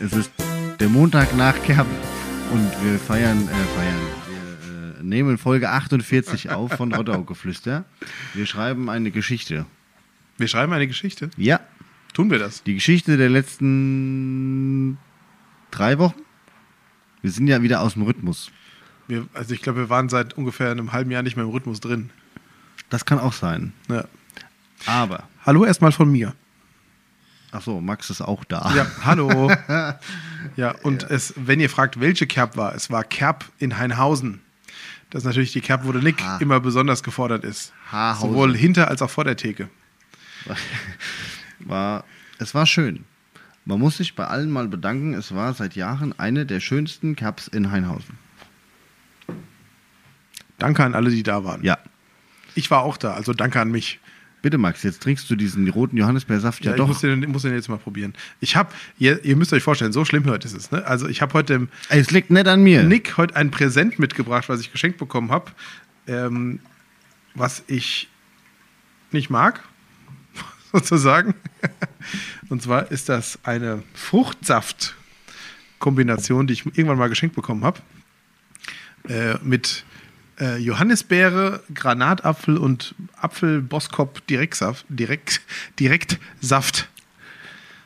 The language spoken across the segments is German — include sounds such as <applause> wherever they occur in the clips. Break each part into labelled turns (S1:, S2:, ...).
S1: Es ist der Montag nach Kerben und wir feiern, äh, feiern. Wir äh, nehmen Folge 48 auf von Rottau-Geflüster. Wir schreiben eine Geschichte.
S2: Wir schreiben eine Geschichte.
S1: Ja,
S2: Tun wir das?
S1: die Geschichte der letzten drei Wochen. Wir sind ja wieder aus dem Rhythmus.
S2: Wir, also ich glaube, wir waren seit ungefähr einem halben Jahr nicht mehr im Rhythmus drin.
S1: Das kann auch sein.
S2: Ja.
S1: Aber,
S2: Hallo erstmal von mir.
S1: ach so, Max ist auch da.
S2: Ja, <laughs> hallo. ja, und Es, wenn ihr fragt, welche Kerb war, es war Kerb in Heinhausen. Das ist natürlich die Kerb, wo der Nick
S1: Ha.
S2: immer besonders gefordert ist.
S1: Haarhausen.
S2: Sowohl hinter als auch vor der Theke.
S1: <laughs> war, es war schön. Man muss sich bei allen mal bedanken, es war seit Jahren eine der schönsten Cups in Hainhausen.
S2: Danke an alle, die da waren.
S1: Ja.
S2: Ich war auch da, also danke an mich.
S1: Bitte, Max, jetzt trinkst du diesen roten Johannisbeersaft ja,
S2: Ja, ich muss
S1: doch.
S2: den, muss den jetzt mal probieren. Ich habe, ihr, ihr müsst euch vorstellen, so schlimm heute ist es. Ne? Also ich habe heute dem
S1: Ey, es liegt nicht an mir.
S2: Nick heute ein Präsent mitgebracht, was ich geschenkt bekommen habe, ähm, was ich nicht mag, <laughs> sozusagen. <laughs> Und zwar ist das eine Fruchtsaft-Kombination, die ich irgendwann mal geschenkt bekommen habe, äh, mit äh, Johannisbeere, Granatapfel und Apfel-Boskop-Direktsaft. Direkt, Direktsaft.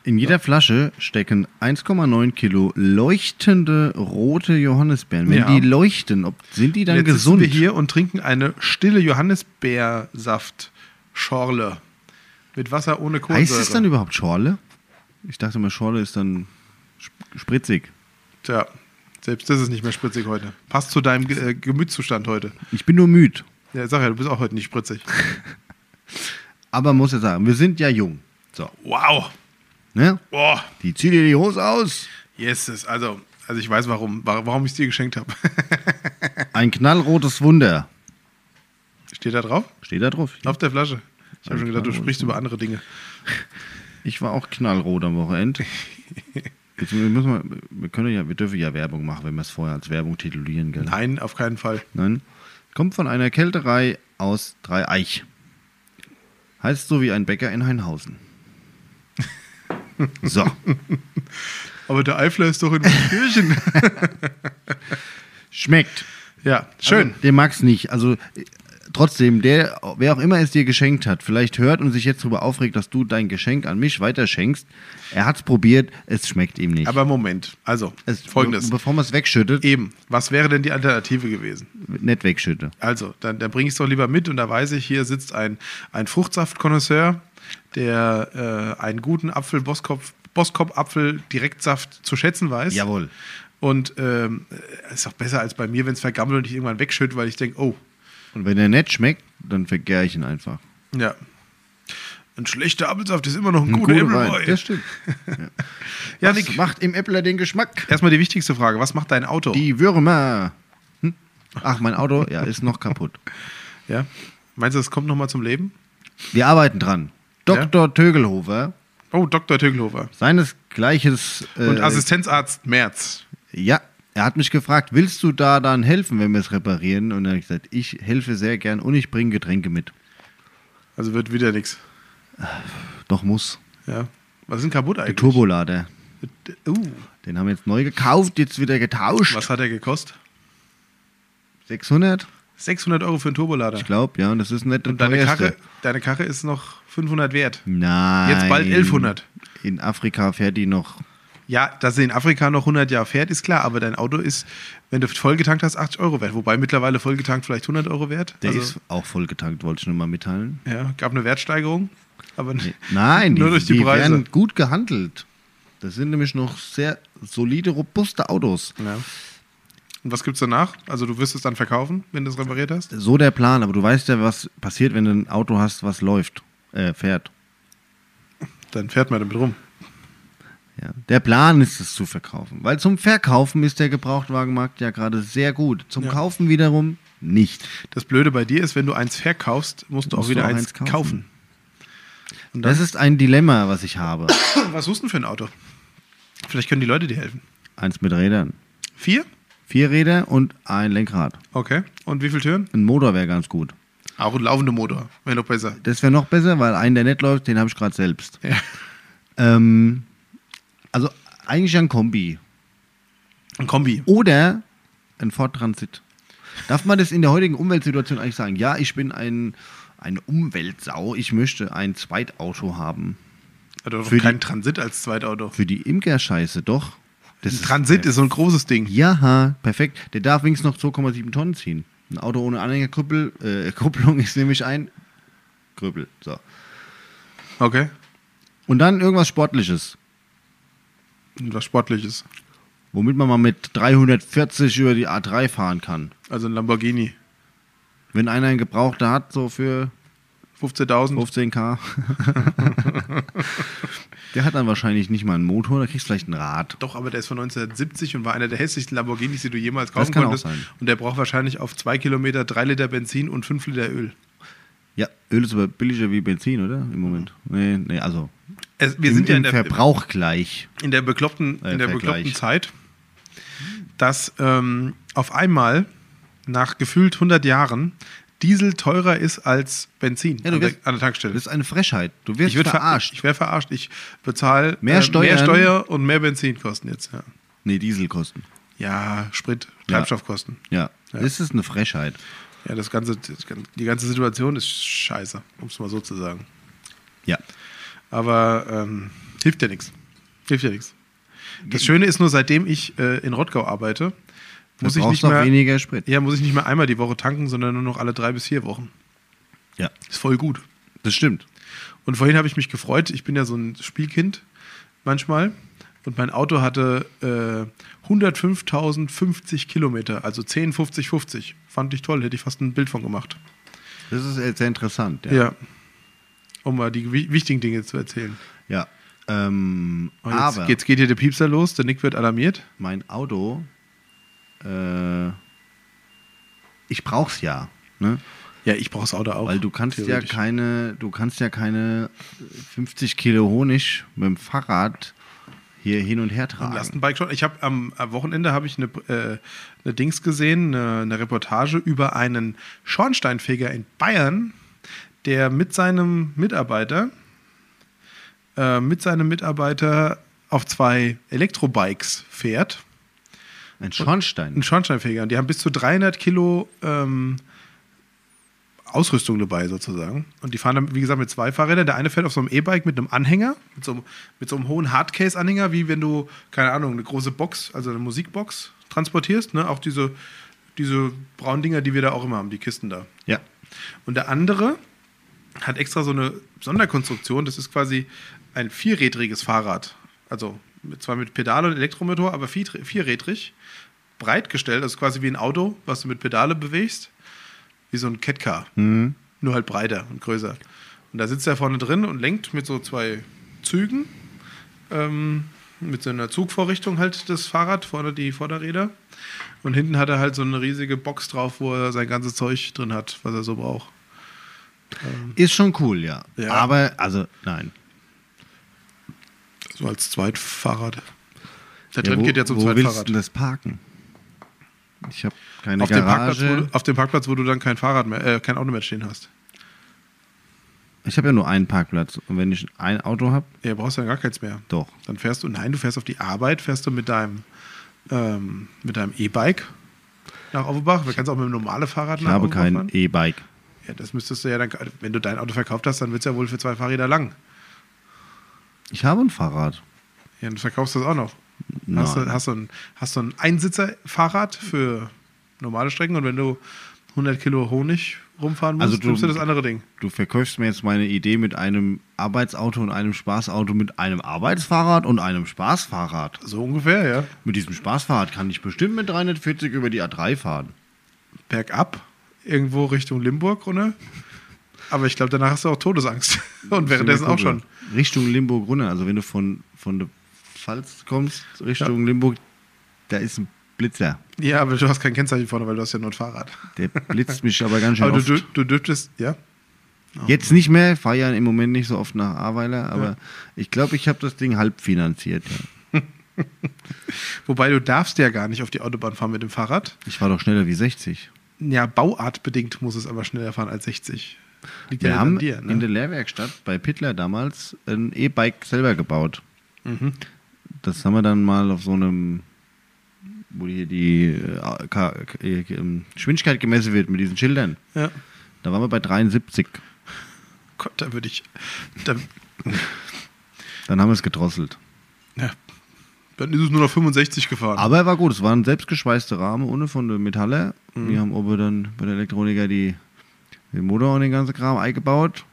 S1: In jeder Flasche stecken 1,9 Kilo leuchtende rote Johannisbeeren. Wenn
S2: Ja.
S1: die leuchten, ob, sind die dann
S2: Jetzt
S1: gesund?
S2: sitzen wir hier und trinken eine stille Johannisbeersaft-Schorle. Mit Wasser ohne Kohlensäure.
S1: heißt es dann überhaupt Schorle? Ich dachte mal, Schorle ist dann sp- spritzig.
S2: Tja, selbst das ist nicht mehr spritzig heute. Passt zu deinem Ge- äh, Gemütszustand heute.
S1: Ich bin nur müde.
S2: Ja, sag ja, du bist auch heute nicht spritzig.
S1: Aber muss ja sagen, wir sind ja jung. So,
S2: Wow.
S1: ne?
S2: Boah,
S1: Die zieh dir die Hose aus.
S2: yes. das- Also, also ich weiß, warum, wa- warum ich es dir geschenkt habe.
S1: Ein knallrotes Wunder.
S2: <laughs> Steht da drauf?
S1: Steht da drauf.
S2: Auf der Flasche. Ich habe
S1: Alles
S2: schon gedacht, du
S1: klar,
S2: sprichst über andere Dinge.
S1: Ich war auch knallrot am
S2: <laughs>
S1: Wochenende. Jetzt müssen wir, wir, können ja, wir dürfen ja Werbung machen, wenn wir es vorher als Werbung titulieren. Gell?
S2: Nein, auf keinen Fall.
S1: Nein. Kommt von einer Kälterei aus Dreieich. Heißt so wie ein Bäcker in Heinhausen.
S2: <laughs>
S1: So,
S2: Aber der Eifler ist doch in
S1: <laughs>
S2: Kirchen.
S1: schmeckt.
S2: ja, schön.
S1: Also, den mag's nicht. Also äh, trotzdem, der, wer auch immer es dir geschenkt hat, vielleicht hört und sich jetzt darüber aufregt, dass du dein Geschenk an mich weiterschenkst. Er hat's probiert, es schmeckt ihm nicht.
S2: Aber Moment. Also,
S1: es,
S2: folgendes.
S1: Bevor man es wegschüttet,
S2: Eben, was wäre denn die Alternative gewesen?
S1: nicht wegschütte.
S2: Also, dann, dann bringe ich es doch lieber mit und da weiß ich, hier sitzt ein, ein Fruchtsaftkonnoisseur, der äh, einen guten Apfel, Boskopf, Boskop-Apfel, Direktsaft zu schätzen weiß.
S1: Jawohl.
S2: Und ähm, ist auch besser als bei mir, wenn es vergammelt und ich irgendwann wegschütte, weil ich denke, oh,
S1: Und wenn er nicht schmeckt, dann vergär ich ihn einfach.
S2: ja. Ein schlechter Apfelsaft ist immer noch ein,
S1: Ein
S2: guter
S1: guter Wein.
S2: Apfelwein.
S1: Das stimmt.
S2: Ja,
S1: Was
S2: Nick,
S1: macht im Äppler den Geschmack?
S2: erstmal die wichtigste Frage: Was macht dein Auto?
S1: Die Würmer. Hm? Ach, mein Auto, ja, ist noch kaputt.
S2: Ja? Meinst du, das kommt nochmal zum Leben?
S1: Wir arbeiten dran. Dr. Tögelhofer,
S2: Oh, Dr. Tögelhofer.
S1: seinesgleiches. Äh,
S2: Und Assistenzarzt Merz.
S1: Ja, er hat mich gefragt, willst du da dann helfen, wenn wir es reparieren? Und dann habe ich gesagt, ich helfe sehr gern und ich bringe Getränke mit.
S2: Also wird wieder nichts.
S1: Doch muss.
S2: Ja. Was sind kaputt
S1: Der
S2: eigentlich?
S1: Turbolader,
S2: Uh,
S1: den haben wir jetzt neu gekauft, jetzt wieder getauscht.
S2: was hat er gekostet?
S1: 600?
S2: 600 Euro für einen Turbolader.
S1: Ich glaube, ja, und das ist nicht der
S2: Und deine
S1: teuerste.
S2: Karre, deine Karre ist noch 500 wert.
S1: Nein.
S2: Jetzt bald 1100.
S1: In Afrika fährt die noch.
S2: Ja, dass sie in Afrika noch 100 Jahre fährt, ist klar, aber dein Auto ist, wenn du vollgetankt hast, 80 Euro wert. Wobei mittlerweile vollgetankt vielleicht 100 Euro wert. Also,
S1: Der ist Also auch voll getankt, wollte ich nur mal mitteilen.
S2: Ja, gab eine Wertsteigerung, aber
S1: Nein,
S2: <laughs> nur durch die, Preise.
S1: werden gut gehandelt. Das sind nämlich noch sehr solide, robuste Autos.
S2: ja. Und was gibt's danach? Also du wirst es dann verkaufen, wenn du es repariert hast?
S1: So der Plan, aber du weißt ja, was passiert, wenn du ein Auto hast, was läuft, äh, fährt.
S2: Dann fährt man damit rum.
S1: Ja. Der Plan ist es zu verkaufen, weil zum Verkaufen ist der Gebrauchtwagenmarkt ja gerade sehr gut. Zum
S2: Ja.
S1: Kaufen wiederum nicht.
S2: Das Blöde bei dir ist, wenn du eins verkaufst, musst du
S1: Musst
S2: auch wieder
S1: du auch
S2: eins
S1: eins
S2: kaufen.
S1: kaufen.
S2: Und dann,
S1: Das ist ein Dilemma, was ich habe.
S2: was suchst du denn für ein Auto? Vielleicht können die Leute dir helfen.
S1: Eins mit Rädern.
S2: Vier?
S1: Vier Räder und ein Lenkrad.
S2: Okay. Und wie viele Türen?
S1: Ein Motor wäre ganz gut.
S2: Auch ein laufender Motor. Wäre noch besser.
S1: Das wäre noch besser, weil einen, der nicht läuft, den habe ich gerade selbst.
S2: Ja.
S1: Ähm, also eigentlich ein Kombi.
S2: Ein Kombi.
S1: Oder ein Ford Transit. Darf man das in der heutigen Umweltsituation eigentlich sagen? Ja, ich bin ein, eine Umweltsau. Ich möchte ein Zweitauto haben.
S2: Hat doch
S1: Für
S2: kein
S1: die-
S2: Transit als Zweitauto.
S1: Für die Imkerscheiße, doch. Das
S2: Ein Transit ist so ein großes Ding.
S1: Ja, perfekt. Der darf wenigstens noch 2,7 Tonnen ziehen. Ein Auto ohne Anhängerkrüppel, äh, <laughs> Kupplung ist nämlich ein Krüppel. So.
S2: Okay.
S1: Und dann irgendwas Sportliches,
S2: Und was Sportliches.
S1: womit man mal mit 340 über die A3 fahren kann.
S2: Also ein Lamborghini.
S1: Wenn einer einen Gebrauchter hat, so für
S2: 15.000. <laughs>
S1: 15k. der hat dann wahrscheinlich nicht mal einen Motor, da kriegst du vielleicht ein Rad.
S2: Doch, aber der ist von 1970 und war einer der hässlichsten Lamborghinis, die du jemals kaufen
S1: Das kann auch
S2: konntest.
S1: sein.
S2: Und der braucht wahrscheinlich auf zwei Kilometer drei Liter Benzin und fünf Liter Öl.
S1: Ja, Öl ist aber billiger wie Benzin, oder? Im Moment. Nee, nee, also.
S2: Es, wir
S1: im,
S2: sind ja
S1: im
S2: in der,
S1: Verbrauch gleich.
S2: in der bekloppten,
S1: Äh,
S2: in der
S1: Vergleich.
S2: bekloppten Zeit, dass ähm, auf einmal nach gefühlt 100 Jahren Diesel teurer ist als Benzin
S1: Ja, du
S2: an, der,
S1: wirst-
S2: an der Tankstelle.
S1: Das ist eine Frechheit. Du wirst
S2: ich werde
S1: verarscht.
S2: verarscht. Ich werde verarscht. Ich bezahle
S1: Mehr
S2: mehr
S1: Steuern.
S2: Steuer und mehr Benzinkosten jetzt. Ja,
S1: Nee, Dieselkosten.
S2: ja Sprit, Treibstoffkosten.
S1: Ja, das ist eine Frechheit.
S2: Ja, das ganze, das, gan- die ganze Situation ist scheiße, um es mal so zu sagen.
S1: Ja.
S2: Aber ähm, hilft ja nichts. Hilft ja nichts. Das Schöne ist nur, seitdem ich äh, in Rottgau arbeite,
S1: Da
S2: muss ich
S1: brauchst
S2: nicht
S1: du auch
S2: mehr
S1: weniger Sprit.
S2: Ja, muss ich nicht mehr einmal die Woche tanken, sondern nur noch alle drei bis vier Wochen.
S1: Ja,
S2: Ist voll gut.
S1: das stimmt.
S2: Und vorhin habe ich mich gefreut. Ich bin ja so ein Spielkind manchmal. Und mein Auto hatte äh, 105.050 Kilometer, also 10, 50, 50. Fand ich toll, hätte ich fast ein Bild von gemacht.
S1: Das ist jetzt sehr interessant.
S2: Ja. Um mal die wi- wichtigen Dinge zu erzählen.
S1: ja. Ähm,
S2: Und Oh, jetzt,
S1: aber
S2: jetzt geht hier der Piepser los, der Nick wird alarmiert.
S1: mein Auto, äh, ich brauch's ja. Ne?
S2: Ja, ich brauche das Auto auch.
S1: Weil du kannst ja
S2: theoretisch.
S1: keine, du kannst ja keine 50 Kilo Honig mit dem Fahrrad hier hin und her
S2: Am
S1: tragen.
S2: Lastenbike schon. Ich habe am, am Wochenende habe ich eine, äh, eine Dings gesehen, eine, eine Reportage über einen Schornsteinfeger in Bayern, der mit seinem Mitarbeiter, äh, mit seinem Mitarbeiter auf zwei Elektrobikes fährt.
S1: Ein
S2: Ein
S1: Schornstein.
S2: Schornsteinfeger. Und die haben bis zu 300 Kilo ähm, Ausrüstung dabei sozusagen. Und die fahren dann, wie gesagt, mit zwei Fahrrädern. Der eine fährt auf so einem E-Bike mit einem Anhänger, mit so, einem- mit so einem hohen Hardcase-Anhänger, wie wenn du, keine Ahnung, eine große Box, also eine Musikbox transportierst. Ne? Auch diese, diese braunen Dinger, die wir da auch immer haben, die Kisten da.
S1: Ja.
S2: Und der andere hat extra so eine Sonderkonstruktion. Das ist quasi ein vierrädriges Fahrrad. Also mit, zwar mit Pedale und Elektromotor, aber vier, vierrädrig. Breit gestellt, also quasi wie ein Auto, was du mit Pedale bewegst. Wie so ein Catcar. Nur halt breiter und größer. Und da sitzt er vorne drin und lenkt mit so zwei Zügen. Ähm, mit so einer Zugvorrichtung halt das Fahrrad, vorne die Vorderräder. Und hinten hat er halt so eine riesige Box drauf, wo er sein ganzes Zeug drin hat, was er so braucht.
S1: Ist schon cool, ja.
S2: Ja.
S1: Aber, also, nein.
S2: So als Zweitfahrrad. Der
S1: ja,
S2: Trend
S1: wo,
S2: geht ja zum
S1: wo willst du
S2: Zweitfahrrad.
S1: denn das parken? Ich habe keine
S2: Auf dem, Parkplatz,
S1: Garage.
S2: wo du, auf dem Parkplatz, wo du dann kein Fahrrad mehr, äh, kein Auto mehr stehen hast.
S1: Ich habe ja nur einen Parkplatz. Und wenn ich ein Auto habe,
S2: Ja, brauchst du dann gar keins mehr.
S1: doch.
S2: Dann fährst du, nein, du fährst auf die Arbeit, fährst du mit deinem ähm, mit deinem E-Bike nach Offenbach. Du kannst auch mit einem normalen Fahrrad
S1: Ich
S2: nach
S1: habe
S2: Offenbach
S1: kein E-
S2: fahren.
S1: E-Bike.
S2: Ja, das müsstest du ja dann, wenn du dein Auto verkauft hast, dann wird es ja wohl für zwei Fahrräder lang.
S1: Ich habe ein Fahrrad.
S2: Ja, dann verkaufst du das auch noch. Hast
S1: Nein.
S2: du, hast, du ein, hast du ein Einsitzer-Fahrrad für normale Strecken und wenn du 100 Kilo Honig rumfahren musst,
S1: Also du-
S2: nimmst du das andere Ding.
S1: Du verkaufst mir jetzt meine Idee mit einem Arbeitsauto und einem Spaßauto, mit einem Arbeitsfahrrad und einem Spaßfahrrad.
S2: So ungefähr, ja.
S1: Mit diesem Spaßfahrrad kann ich bestimmt mit 340 über die A3 fahren.
S2: Bergab, irgendwo Richtung Limburg, oder? Aber ich glaube, danach hast du auch Todesangst. <laughs> Und währenddessen auch schon.
S1: Richtung Limburg runter. Also wenn du von, von der Pfalz kommst, Richtung Limburg, da ist ein Blitzer.
S2: Ja, aber du hast kein Kennzeichen vorne, weil du hast ja nur ein Fahrrad.
S1: Der blitzt mich aber ganz schön
S2: Aber
S1: oft.
S2: du, Oh. dür- du dürftest, ja.
S1: Jetzt nicht mehr, fahre ja im Moment nicht so oft nach Ahrweiler, aber ich glaube, ich habe das Ding halb finanziert. Ja.
S2: Wobei du darfst ja gar nicht auf die Autobahn fahren mit dem Fahrrad.
S1: Ich war doch schneller wie 60.
S2: Ja, bauartbedingt muss es aber schneller fahren als 60. Liegt
S1: Wir
S2: ja
S1: haben
S2: an dir. Ne? Mhm.
S1: in der Lehrwerkstatt bei Pittler damals ein E-Bike selber gebaut. Das haben wir dann mal auf so einem, wo hier die äh, Ka- äh, Geschwindigkeit gemessen wird mit diesen Schildern.
S2: Ja.
S1: Da waren wir bei 73.
S2: Gott, da würde ich. Da,
S1: Dann haben wir es gedrosselt.
S2: ja. Dann ist es nur noch 65 gefahren.
S1: Aber war gut, es waren selbstgeschweißte Rahmen ohne von der Metalle.
S2: Mhm.
S1: Wir haben oben dann bei der Elektroniker die, den Motor und den ganzen Kram eingebaut.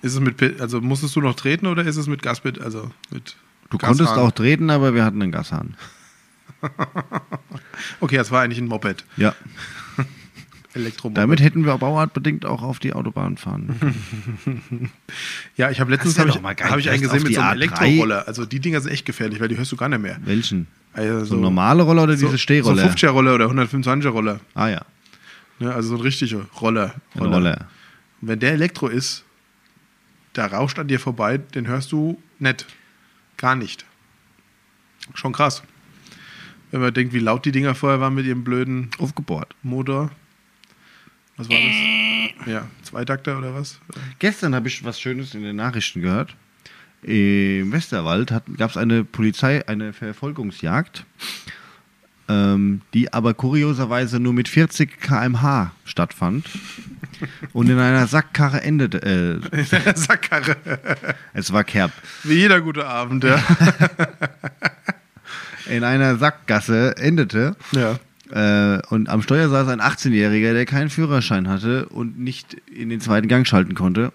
S2: Ist es mit, Pe- also musstest du noch treten oder ist es mit Gaspit, also mit
S1: Du
S2: Gashahn?
S1: konntest auch treten, aber wir hatten einen Gashahn.
S2: Okay, das war eigentlich ein Moped. <laughs>
S1: Ja.
S2: Elektromoped.
S1: Damit hätten wir bauartbedingt auch auf die Autobahn
S2: Mhm.
S1: fahren. können.
S2: Ja, ich habe letztens
S1: Das
S2: habe
S1: ist ja
S2: ich,
S1: doch mal geil.
S2: hab ich einen
S1: Erst
S2: gesehen
S1: auf
S2: mit
S1: die
S2: so einem
S1: A3.
S2: Elektroroller. Also die Dinger sind echt gefährlich, weil die hörst du gar nicht mehr.
S1: Welchen?
S2: Also
S1: So eine normale Roller oder diese Stehroller?
S2: So 50er Roller oder 125er Roller.
S1: ah ja,
S2: Ne, also so ein richtiger Roller.
S1: eine Roller.
S2: Und Wenn der Elektro ist, der rauscht an dir vorbei, den hörst du nicht. Gar nicht. Schon krass. Wenn man denkt, wie laut die Dinger vorher waren mit ihrem blöden
S1: Aufgebohrt.
S2: Motor. Was war das?
S1: Äh.
S2: Ja, Zweitakter oder was? <laughs>
S1: Gestern habe ich was Schönes in den Nachrichten gehört. Im Westerwald gab es eine Polizei, eine Verfolgungsjagd, ähm, die aber kurioserweise nur mit 40 km/h stattfand und in einer Sackkarre endete. Äh,
S2: Sackkarre.
S1: es war Kerb.
S2: Wie jeder gute Abend, ja.
S1: <laughs> In einer Sackgasse endete.
S2: ja.
S1: Äh, und am Steuer saß ein 18-Jähriger, der keinen Führerschein hatte und nicht in den zweiten Gang schalten
S2: <laughs>
S1: konnte.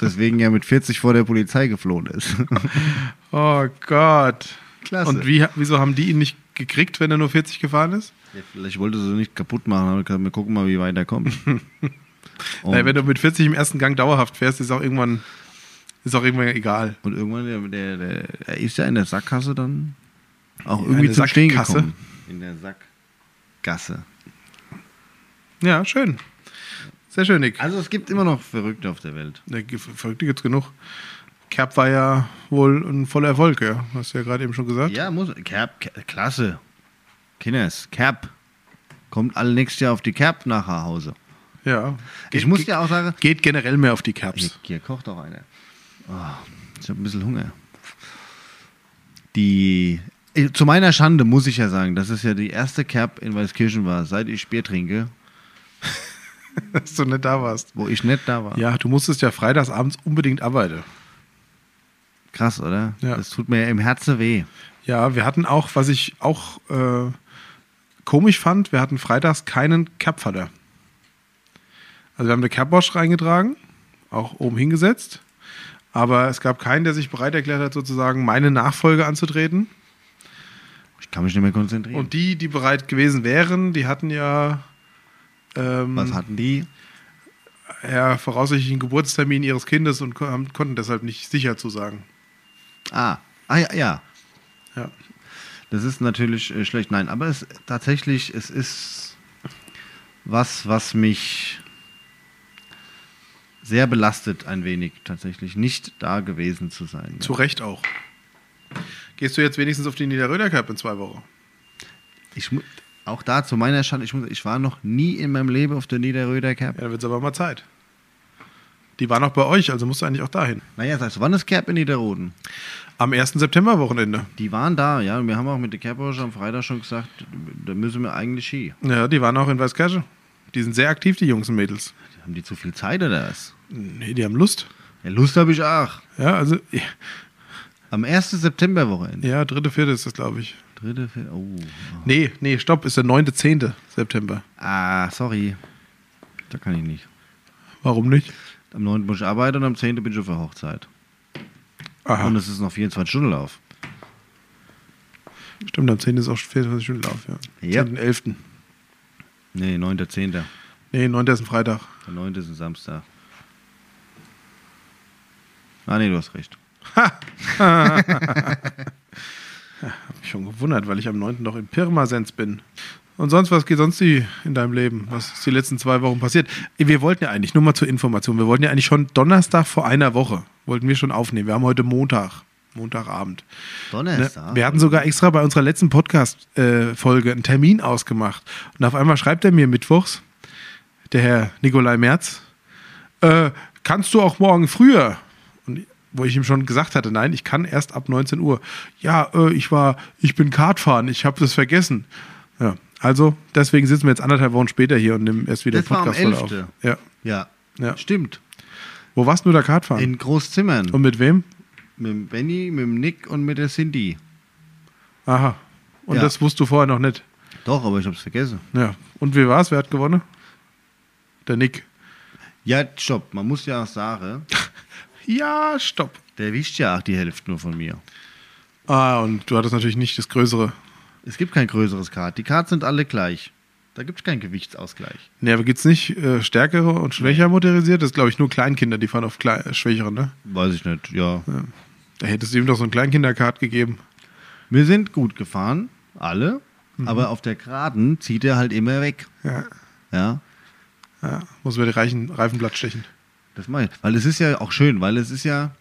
S1: Deswegen ja mit 40 vor der Polizei geflohen
S2: <laughs>
S1: ist.
S2: Oh Gott.
S1: Klasse.
S2: Und wie, wieso haben die ihn nicht gekriegt, wenn er nur 40 gefahren ist?
S1: Ja, vielleicht wollte sie nicht kaputt machen, aber gesagt, wir gucken mal, wie weit er
S2: <laughs>
S1: kommt. und,
S2: Naja, wenn du mit 40 im ersten Gang dauerhaft fährst, ist auch irgendwann, ist auch irgendwann egal.
S1: und irgendwann, der, der, der, er ist ja in der Sackgasse dann auch
S2: Ja,
S1: irgendwie
S2: in der
S1: zum Stehen
S2: Sackgasse.
S1: gekommen. In der Sackgasse.
S2: Ja, schön. Sehr schön, Nick.
S1: Also es gibt immer noch Verrückte auf der Welt.
S2: Ne, Ge- Verrückte gibt's genug. Kerb war ja wohl ein voller Erfolg, ja. Hast du ja gerade eben schon gesagt.
S1: Ja, muss. Kerb, Ke- klasse. Kinders, Kerb. Kommt alle nächstes Jahr auf die Kerb nach Hause.
S2: Ja.
S1: Ich
S2: Ge-
S1: muss
S2: ge-
S1: ja auch sagen,
S2: Geht generell mehr auf die
S1: Hier,
S2: Kerbs.
S1: hier kocht auch einer. Oh, ich habe ein bisschen Hunger. Die. eh, Zu meiner Schande muss ich ja sagen, das ist ja die erste Cap in Weißkirchen war, seit ich Bier trinke,
S2: Dass du nicht da warst.
S1: wo ich nicht da war.
S2: Ja, du musstest ja freitags abends unbedingt arbeiten.
S1: Krass, oder?
S2: Ja.
S1: Das tut mir ja im Herzen weh.
S2: Ja, wir hatten auch, was ich auch äh, komisch fand, wir hatten freitags keinen Capfader. Also wir haben eine Capwash reingetragen, auch oben hingesetzt, aber es gab keinen, der sich bereit erklärt hat, sozusagen meine Nachfolge anzutreten.
S1: Ich kann mich nicht mehr konzentrieren.
S2: Hm. Und die, die bereit gewesen wären, die hatten ja,
S1: Was
S2: ähm,
S1: hatten die?
S2: ja voraussichtlich einen Geburtstermin ihres Kindes und ko- haben- konnten deshalb nicht sicher zusagen.
S1: Ah, ah ja, ja.
S2: Ja.
S1: Das ist natürlich äh, schlecht. Nein, aber es tatsächlich, es ist was, was mich sehr belastet, ein wenig tatsächlich nicht da gewesen zu sein.
S2: Zu Recht auch. Gehst du jetzt wenigstens auf die Niederröder Cup in zwei Wochen?
S1: Ich mu- auch da zu meiner Schande, ich, muss, ich war noch nie in meinem Leben auf der Niederröder Kerb.
S2: Ja, dann wird es aber mal Zeit. Die war noch bei euch, also musst du eigentlich auch dahin.
S1: Naja, sagst du, wann ist Kerb in Niederroden?
S2: Am 1. September-Wochenende.
S1: Die waren da, ja. Und wir haben auch mit der Kerbbranche am Freitag schon gesagt, da müssen wir eigentlich Ski.
S2: Ja, die waren auch in Weißkirche. Die sind sehr aktiv, die Jungs und Mädels.
S1: Haben die zu viel Zeit oder was?
S2: Nee, die haben Lust.
S1: Ja, Lust habe ich auch.
S2: Ja, also,
S1: Am 1. Septemberwochenende.
S2: ja, dritte, vierte ist das, glaube ich.
S1: Dritte, vierte, oh.
S2: Nee, nee, stopp, ist der 9., 10. September.
S1: Ah, sorry. Da kann ich nicht.
S2: Warum nicht?
S1: Am 9. muss ich arbeiten und am 10. bin ich auf der Hochzeit.
S2: Aha,
S1: Und es ist noch 24-Stunden-Lauf.
S2: stimmt, am 10. ist auch 24 Stunden Lauf, ja.
S1: Ja.
S2: 10. 11.
S1: Nee, 9.10. Der
S2: Nee, 9. ist ein Freitag.
S1: 9. ist ein Samstag. Ah, nee, du hast recht.
S2: Hab mich schon gewundert, weil ich am 9. noch in Pirmasens bin. Und sonst, was geht sonst die in deinem Leben? Was ist die letzten zwei Wochen passiert? Wir wollten ja eigentlich, nur mal zur Information, wir wollten ja eigentlich schon Donnerstag vor einer Woche, wollten wir schon aufnehmen. Wir haben heute Montag, Montagabend. Ne?
S1: Donnerstag.
S2: Wir hatten sogar extra bei unserer letzten Podcast-Folge einen Termin ausgemacht. Und auf einmal schreibt er mir mittwochs, der Herr Nikolai Merz, äh, kannst du auch morgen früher? Und wo ich ihm schon gesagt hatte, nein, ich kann erst ab 19 Uhr. Ja, äh, ich war, ich bin Kartfahren, ich habe das vergessen. Ja, also deswegen sitzen wir jetzt anderthalb Wochen später hier und nehmen erst wieder
S1: Das war um am
S2: Podcast voll auf.
S1: 11..
S2: Ja.
S1: Ja,
S2: Ja.
S1: stimmt.
S2: Wo warst du da Kartfahren?
S1: In Großzimmern.
S2: und mit wem?
S1: Mit dem Benny, mit dem Nick und mit der Cindy.
S2: Aha. Und
S1: Ja.
S2: das wusstest du vorher noch nicht.
S1: Doch, aber ich hab's vergessen.
S2: Ja. Und wie war's? Wer hat gewonnen? Der Nick.
S1: Ja, stopp, man muss ja auch sagen,
S2: Ja, stopp.
S1: der wischt ja auch die Hälfte nur von mir.
S2: Ah, und du hattest natürlich nicht das Größere.
S1: Es gibt kein größeres Kart. Die Karten sind alle gleich. Da gibt's keinen Gewichtsausgleich.
S2: Nee, aber gibt's nicht äh, stärkere und schwächer motorisiert? Das glaube ich nur Kleinkinder, die fahren auf Kle äh, schwächere, ne?
S1: Weiß ich nicht, ja.
S2: Da hättest du ihm doch so ein Kleinkinderkart gegeben.
S1: Wir sind gut gefahren, alle, aber auf der Geraden zieht er halt immer weg.
S2: Ja.
S1: Ja,
S2: ja. Muss mir die Reichen, Reifenblatt stechen.
S1: das mache ich. Weil es ist ja auch schön, weil es ist ja,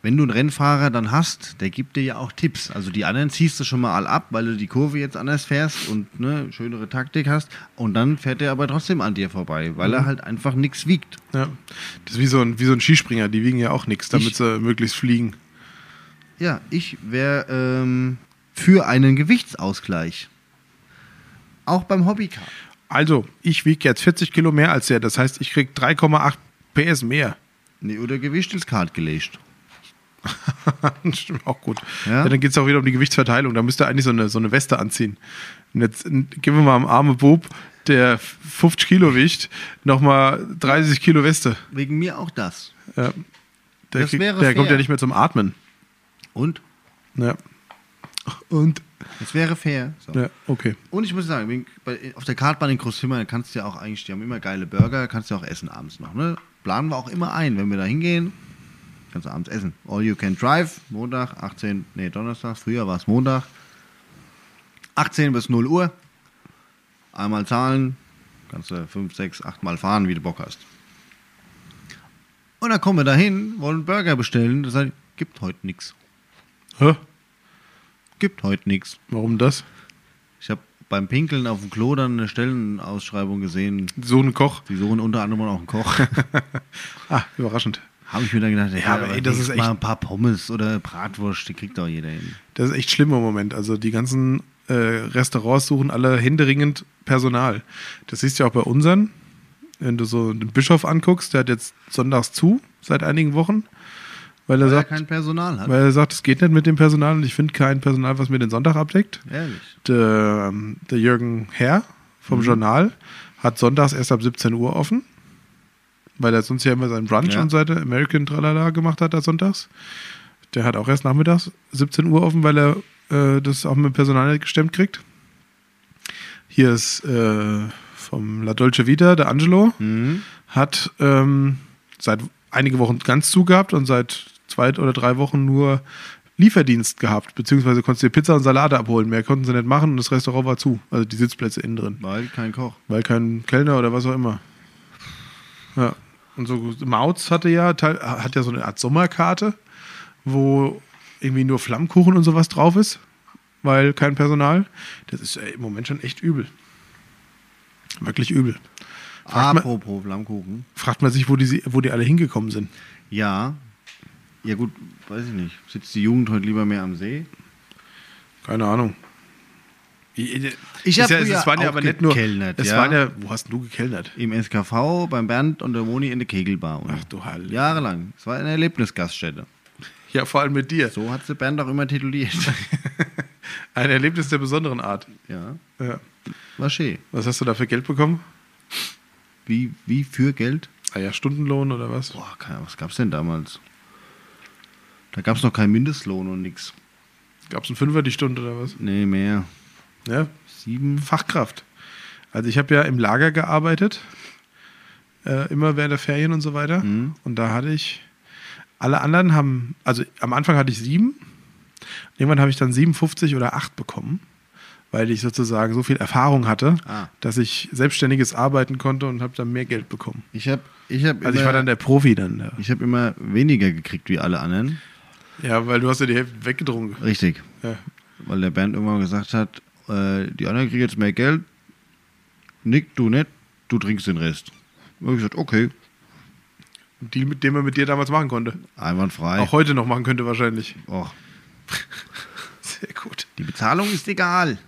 S1: wenn du einen Rennfahrer dann hast, der gibt dir ja auch Tipps. Also die anderen ziehst du schon mal all ab, weil du die Kurve jetzt anders fährst und ne, schönere Taktik hast. Und dann fährt er aber trotzdem an dir vorbei, weil er halt einfach nichts wiegt.
S2: Ja. Das ist wie so ein, wie so ein Skispringer, die wiegen ja auch nichts, damit
S1: Ich-
S2: sie möglichst fliegen.
S1: Ja, ich wäre ähm, für einen Gewichtsausgleich. Auch beim Hobbycar.
S2: Also, ich wiege jetzt 40 Kilo mehr als der. Das heißt, ich krieg 3,8 PS mehr.
S1: Nee, oder Gewicht ins Kart gelegt.
S2: <laughs> Stimmt, auch gut.
S1: Ja.
S2: Ja? dann geht es auch wieder um die Gewichtsverteilung. Da müsst ihr eigentlich so eine, so eine Weste anziehen. Und jetzt n- geben wir mal am armen Bub, der 50 Kilo wiegt, nochmal 30 Kilo Weste.
S1: Wegen mir auch das.
S2: Ja. Der,
S1: Das
S2: kriegt-
S1: wäre
S2: der kommt
S1: fair.
S2: ja nicht mehr zum Atmen.
S1: Und?
S2: Ja. Und?
S1: Es wäre fair. So.
S2: Ja, okay.
S1: Und ich muss sagen, wegen- bei, auf der Kartbahn in Großhimmel kannst du ja auch eigentlich, die haben immer geile Burger, kannst du ja auch essen abends noch. Ne? Planen wir auch immer ein, wenn wir da hingehen, kannst du abends essen. All you can drive, Montag, 18, nee, Donnerstag, früher war es Montag. 18 bis 0 Uhr. Einmal zahlen, kannst du 5, 6, 8 Mal fahren, wie du Bock hast. Und dann kommen wir dahin, wollen einen Burger bestellen. Das heißt, gibt heute nichts.
S2: Hä?
S1: Gibt heute nichts.
S2: Warum das?
S1: Ich habe beim Pinkeln auf dem Klo dann eine Stellenausschreibung gesehen.
S2: So ein Koch.
S1: Die suchen unter anderem auch einen Koch. <laughs>
S2: Ah, überraschend.
S1: habe ich mir dann gedacht,
S2: Ja, aber ey, das
S1: wenigstens
S2: ist echt-
S1: mal ein paar Pommes oder Bratwurst, die kriegt doch jeder hin.
S2: Das ist echt schlimm im Moment. Also die ganzen äh, Restaurants suchen alle händeringend Personal. Das siehst du ja auch bei unseren. Wenn du so den Bischof anguckst, der hat jetzt sonntags zu seit einigen Wochen, weil
S1: Weil
S2: er
S1: er
S2: sagt,
S1: kein Personal hat.
S2: weil er sagt, es geht nicht mit dem Personal und ich finde kein Personal, was mir den Sonntag abdeckt.
S1: Ehrlich.
S2: Der, ähm, der Jürgen Herr vom Journal hat sonntags erst ab 17 Uhr offen, weil er sonst ja immer seinen Brunch
S1: Ja.
S2: und seine American Tralala gemacht hat, da sonntags. Der hat auch erst nachmittags 17 Uhr offen, weil er äh, das auch mit Personal nicht gestemmt kriegt. Hier ist äh, vom La Dolce Vita, der Angelo,
S1: Mhm.
S2: hat ähm, seit einige Wochen ganz zugehabt und seit zwei oder drei Wochen nur Lieferdienst gehabt, beziehungsweise konntest du dir Pizza und Salate abholen. Mehr konnten sie nicht machen und das Restaurant war zu, also die Sitzplätze innen drin,
S1: Weil kein Koch.
S2: weil kein Kellner oder was auch immer. Ja. Und so Mautz hatte ja, teil- hat ja so eine Art Sommerkarte, wo irgendwie nur Flammkuchen und sowas drauf ist, weil kein Personal. Das ist äh, im Moment schon echt übel. Wirklich übel. mal-
S1: Apropos Flammkuchen.
S2: Fragt man sich, wo die, wo die alle hingekommen sind.
S1: Ja. Ja gut, weiß ich nicht. Sitzt die Jugend heute lieber mehr am See?
S2: Keine Ahnung. Ich,
S1: Ich hab
S2: ja, es
S1: früher
S2: es waren ja
S1: auch
S2: aber nicht nur.
S1: gekellnert,
S2: Es
S1: ja.
S2: waren ja, wo hast denn du gekellnert?
S1: Im SKV, beim Bernd und der Moni in der Kegelbar. Und
S2: Ach du Halle.
S1: Jahrelang. Es war eine Erlebnisgaststätte.
S2: Ja, vor allem mit dir.
S1: So hat sie Bernd auch immer
S2: <laughs>
S1: tituliert.
S2: Ein Erlebnis der besonderen Art.
S1: ja,
S2: Ja.
S1: war schön.
S2: Was hast du da für Geld bekommen?
S1: Wie, wie für Geld?
S2: Ah ja, Stundenlohn oder was?
S1: Boah, keine Ahnung, was gab's denn damals? Da gab's noch keinen Mindestlohn und nix.
S2: Gab es einen Fünfer die Stunde oder was?
S1: Nee, mehr.
S2: Ja,
S1: Sieben?
S2: Fachkraft. Also ich habe ja im Lager gearbeitet, äh, immer während der Ferien und so weiter.
S1: Mhm.
S2: Und da hatte ich, alle anderen haben, also am Anfang hatte ich sieben, irgendwann habe ich dann 57 oder acht bekommen, weil ich sozusagen so viel Erfahrung hatte,
S1: Ah.
S2: dass ich selbstständiges arbeiten konnte und habe dann mehr Geld bekommen.
S1: Ich hab, ich hab
S2: Also
S1: immer,
S2: ich war dann der Profi dann. Ja,
S1: ich hab immer weniger gekriegt wie alle anderen.
S2: ja weil du hast ja die Hälfte weggedrungen.
S1: Richtig.
S2: Ja.
S1: Weil der Bernd irgendwann gesagt hat, äh, die anderen kriegen jetzt mehr Geld. Nick, du nicht, du trinkst den Rest. Und ich gesagt, okay.
S2: Ein Deal, mit dem er mit dir damals machen konnte.
S1: Einwandfrei.
S2: Auch heute noch machen könnte wahrscheinlich.
S1: Och,
S2: Sehr gut.
S1: die Bezahlung ist egal.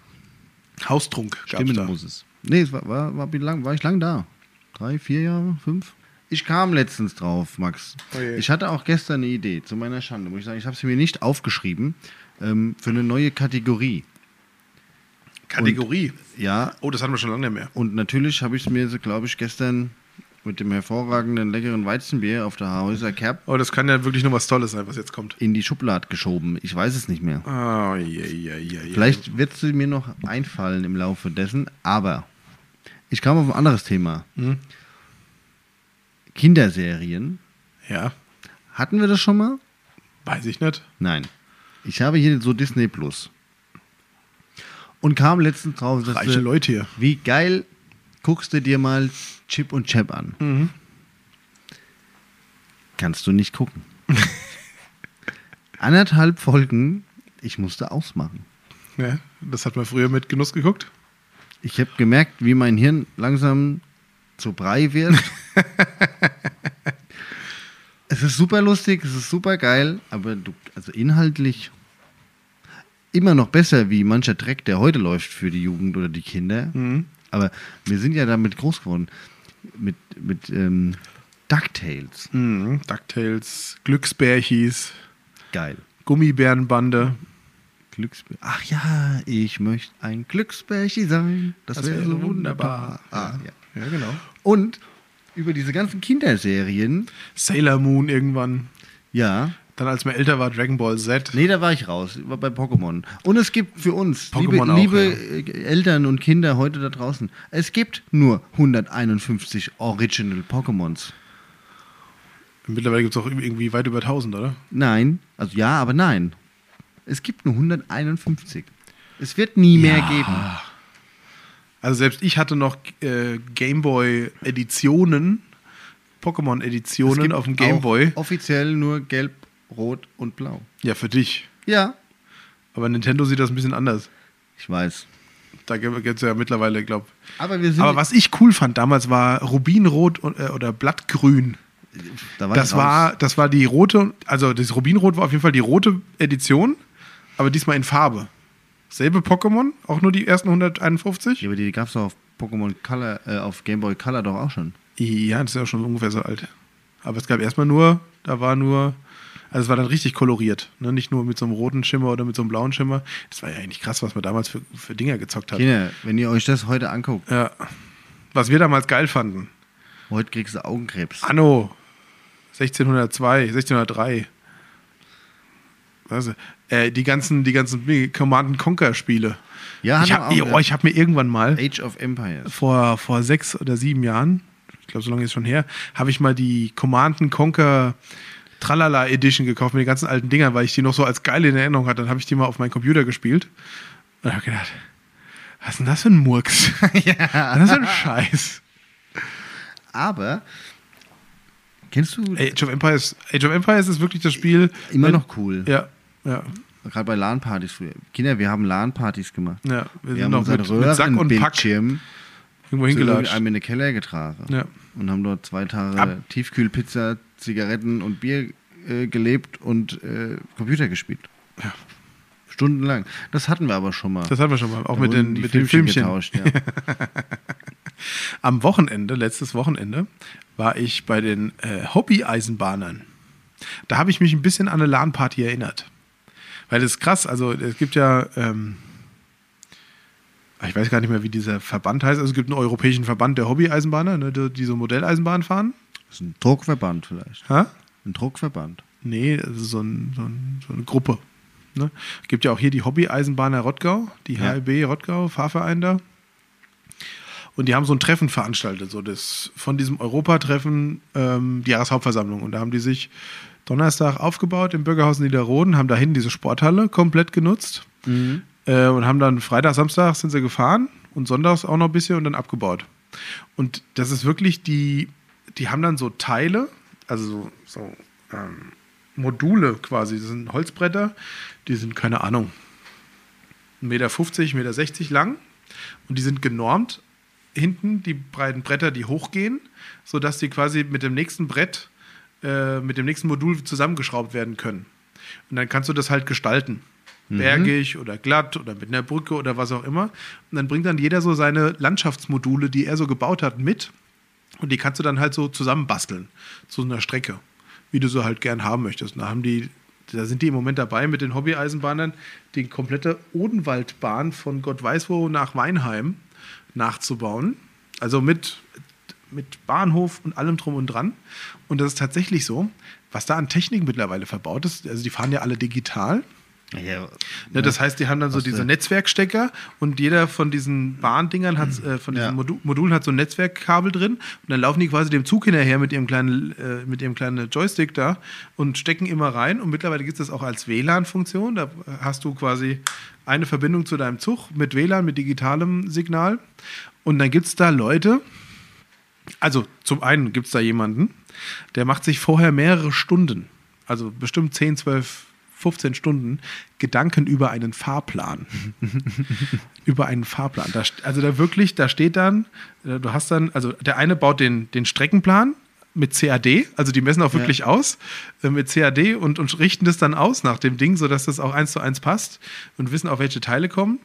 S2: Haustrunk gab's
S1: Stimmen
S2: da.
S1: muss es. Nee, es war, war, war, bin lang, war ich lang da. Drei, vier Jahre, fünf? Ich kam letztens drauf, Max.
S2: Oh je.
S1: ich hatte auch gestern eine Idee, zu meiner Schande, muss ich sagen. Ich habe sie mir nicht aufgeschrieben, ähm, für eine neue Kategorie.
S2: Kategorie.
S1: Ja,
S2: oh, das hatten wir schon lange nicht mehr.
S1: und natürlich habe ich es mir, glaube ich, gestern mit dem hervorragenden, leckeren Weizenbier auf der Hauser Cap
S2: Oh, das kann ja wirklich nur was Tolles sein, was jetzt kommt.
S1: in die Schublade geschoben. Ich weiß es nicht mehr.
S2: Oh, je, je, je, je.
S1: Vielleicht wird sie mir noch einfallen im Laufe dessen, aber ich kam auf ein anderes Thema.
S2: Hm?
S1: Kinderserien.
S2: Ja,
S1: Hatten wir das schon mal?
S2: weiß ich nicht.
S1: Nein. Ich habe hier so Disney Plus. Und kam letztens drauf, dass
S2: Reiche
S1: du-
S2: Leute hier.
S1: wie geil guckst du dir mal Chip und Chap an.
S2: Mhm.
S1: Kannst du nicht gucken. <laughs> Anderthalb Folgen, ich musste ausmachen.
S2: Ja, das hat man früher mit Genuss geguckt.
S1: Ich habe gemerkt, wie mein Hirn langsam zu Brei wird. <laughs> es ist super lustig, es ist super geil, aber du, also inhaltlich immer noch besser wie mancher Dreck, der heute läuft für die Jugend oder die Kinder. Aber wir sind ja damit groß geworden. Mit, mit ähm, DuckTales.
S2: Mhm. DuckTales, Glücksbärchis,
S1: Geil.
S2: Gummibärenbande.
S1: Glücksbär. Ach ja, ich möchte ein Glücksbärchi sein. Das, wäre wär so wunderbar. Ah, ja.
S2: Ja, genau.
S1: Und über diese ganzen Kinderserien,
S2: Sailor Moon irgendwann.
S1: ja.
S2: Dann, als man älter war, Dragon Ball Z.
S1: Nee, da war ich raus, war bei Pokémon. Und es gibt für uns, liebe,
S2: Pokémon auch,
S1: liebe äh, Eltern und Kinder heute da draußen, es gibt nur 151 Original Pokémons.
S2: Mittlerweile gibt es auch irgendwie weit über 1000, oder?
S1: Nein, also ja, aber nein. Es gibt nur 151. Es wird nie mehr geben.
S2: Also selbst ich hatte noch äh, Gameboy-Editionen,
S1: Es
S2: Pokémon-Editionen
S1: gibt
S2: auf dem Gameboy.
S1: auch Offiziell nur gelb, rot und blau.
S2: Ja, für dich.
S1: Ja,
S2: Aber Nintendo sieht das ein bisschen anders.
S1: ich weiß.
S2: Da gibt es ja mittlerweile, glaube ich.
S1: Aber wir sind.
S2: Aber was ich cool fand damals war Rubinrot und, äh, oder Blattgrün.
S1: da war ich
S2: Das
S1: raus.
S2: war, das war die rote, also das Rubinrot war auf jeden Fall die rote Edition, aber diesmal in Farbe. Selbe Pokémon, auch nur die ersten 151.
S1: Ja, aber die gab es doch auf Pokémon Color, äh, auf Game Boy Color doch auch schon.
S2: Ja, das ist ja schon ungefähr so alt. Aber es gab erstmal nur, da war nur, also es war dann richtig koloriert. Ne? Nicht nur mit so einem roten Schimmer oder mit so einem blauen Schimmer. Das war ja eigentlich krass, was man damals für, für Dinger gezockt hat.
S1: Kinder, wenn ihr euch das heute anguckt,
S2: Ja. Was wir damals geil fanden.
S1: heute kriegst du Augenkrebs.
S2: Anno 1602, 1603. Also, äh, die ganzen, die ganzen Command and Conquer Spiele.
S1: Ja,
S2: ich
S1: haben
S2: habe
S1: wir auch,
S2: oh, ich hab mir irgendwann mal
S1: Age of Empires.
S2: vor, vor sechs oder sieben Jahren, ich glaube, so lange ist es schon her, habe ich mal die Command and Conquer Tralala Edition gekauft mit den ganzen alten Dingern, weil ich die noch so als geil in Erinnerung hatte. Dann habe ich die mal auf meinen Computer gespielt und habe gedacht, was ist denn das für
S1: <laughs>
S2: ein Murks?
S1: ja.
S2: Was ist denn das für ein Scheiß?
S1: Aber kennst du
S2: Age of Empires, Age of Empires ist wirklich das Spiel.
S1: immer
S2: wenn-
S1: noch cool?
S2: Ja, ja,
S1: Gerade bei LAN-Partys früher. Kinder, wir haben LAN-Partys gemacht.
S2: ja.
S1: Wir
S2: Wir, sind
S1: haben
S2: noch
S1: unseren
S2: mit, mit Sack und Pack
S1: Röhrenbildschirm
S2: irgendwo
S1: zu
S2: hingelatscht.
S1: irgendeinem in den Keller getragen
S2: Ja.
S1: und haben dort zwei Tage
S2: Ab-
S1: Tiefkühlpizza, Zigaretten und Bier äh, gelebt und äh, Computer gespielt. Stundenlang. Das hatten wir aber schon mal.
S2: Das hatten wir schon mal, auch
S1: Da
S2: mit, den,
S1: wurden die
S2: mit den Filmchen.
S1: getauscht. Ja.
S2: Am Wochenende, letztes Wochenende, war ich bei den äh, Hobby-Eisenbahnern. Da habe ich mich ein bisschen an eine LAN-Party erinnert. Weil das ist krass, also es gibt ja, ähm, ich weiß gar nicht mehr, wie dieser Verband heißt, also es gibt einen europäischen Verband der Hobby-Eisenbahner, ne, die die so Modelleisenbahnen fahren.
S1: Das ist ein Druckverband vielleicht.
S2: Ha?
S1: Ein Druckverband.
S2: Nee, das ist so, ein, so, ein, so eine Gruppe. Ne? Gibt ja auch hier die Hobby-Eisenbahner Rottgau, die
S1: Ja.
S2: HLB Rottgau, Fahrverein da. Und die haben so ein Treffen veranstaltet, so das von diesem Europatreffen, ähm, die Jahreshauptversammlung. Und da haben die sich Donnerstag aufgebaut im Bürgerhaus Niederroden, haben dahin diese Sporthalle komplett genutzt äh, und haben dann Freitag, Samstag sind sie gefahren und sonntags auch noch ein bisschen und dann abgebaut. Und das ist wirklich die, die haben dann so Teile, also so, so ähm, Module quasi, das sind Holzbretter, die sind keine Ahnung, 1,50 Meter, 1,60 Meter lang und die sind genormt hinten, die breiten Bretter, die hochgehen, sodass die quasi mit dem nächsten Brett äh, mit dem nächsten Modul zusammengeschraubt werden können. Und dann kannst du das halt gestalten. Bergig oder glatt oder mit einer Brücke oder was auch immer. Und dann bringt dann jeder so seine Landschaftsmodule, die er so gebaut hat, mit. Und die kannst du dann halt so zusammenbasteln zu einer Strecke, wie du so halt gern haben möchtest. Und da haben die, da sind die im Moment dabei mit den Hobby-Eisenbahnern, die komplette Odenwaldbahn von Gott weiß wo nach Weinheim nachzubauen. Also mit, mit Bahnhof und allem drum und dran. Und das ist tatsächlich so, was da an Technik mittlerweile verbaut ist. Also die fahren ja alle digital.
S1: Ja,
S2: Ne, das heißt, die haben dann so
S1: Was
S2: diese
S1: denn?
S2: Netzwerkstecker und jeder von diesen Bahndingern hat, äh, von diesen
S1: Ja.
S2: Modu Modulen hat so ein Netzwerkkabel drin und dann laufen die quasi dem Zug hinterher mit ihrem kleinen, äh, mit ihrem kleinen Joystick da und stecken immer rein und mittlerweile gibt es das auch als WLAN-Funktion. Da hast du quasi eine Verbindung zu deinem Zug mit WLAN, mit digitalem Signal und dann gibt es da Leute, also zum einen gibt es da jemanden, der macht sich vorher mehrere Stunden, also bestimmt 10, 12, 15 Stunden, Gedanken über einen Fahrplan. über einen Fahrplan. Da, st- also da wirklich, da steht dann, äh, du hast dann, also der eine baut den, den Streckenplan mit CAD, also die messen auch wirklich aus äh, mit CAD und, und richten das dann aus nach dem Ding, sodass das auch eins zu eins passt und wissen, auf welche Teile kommen.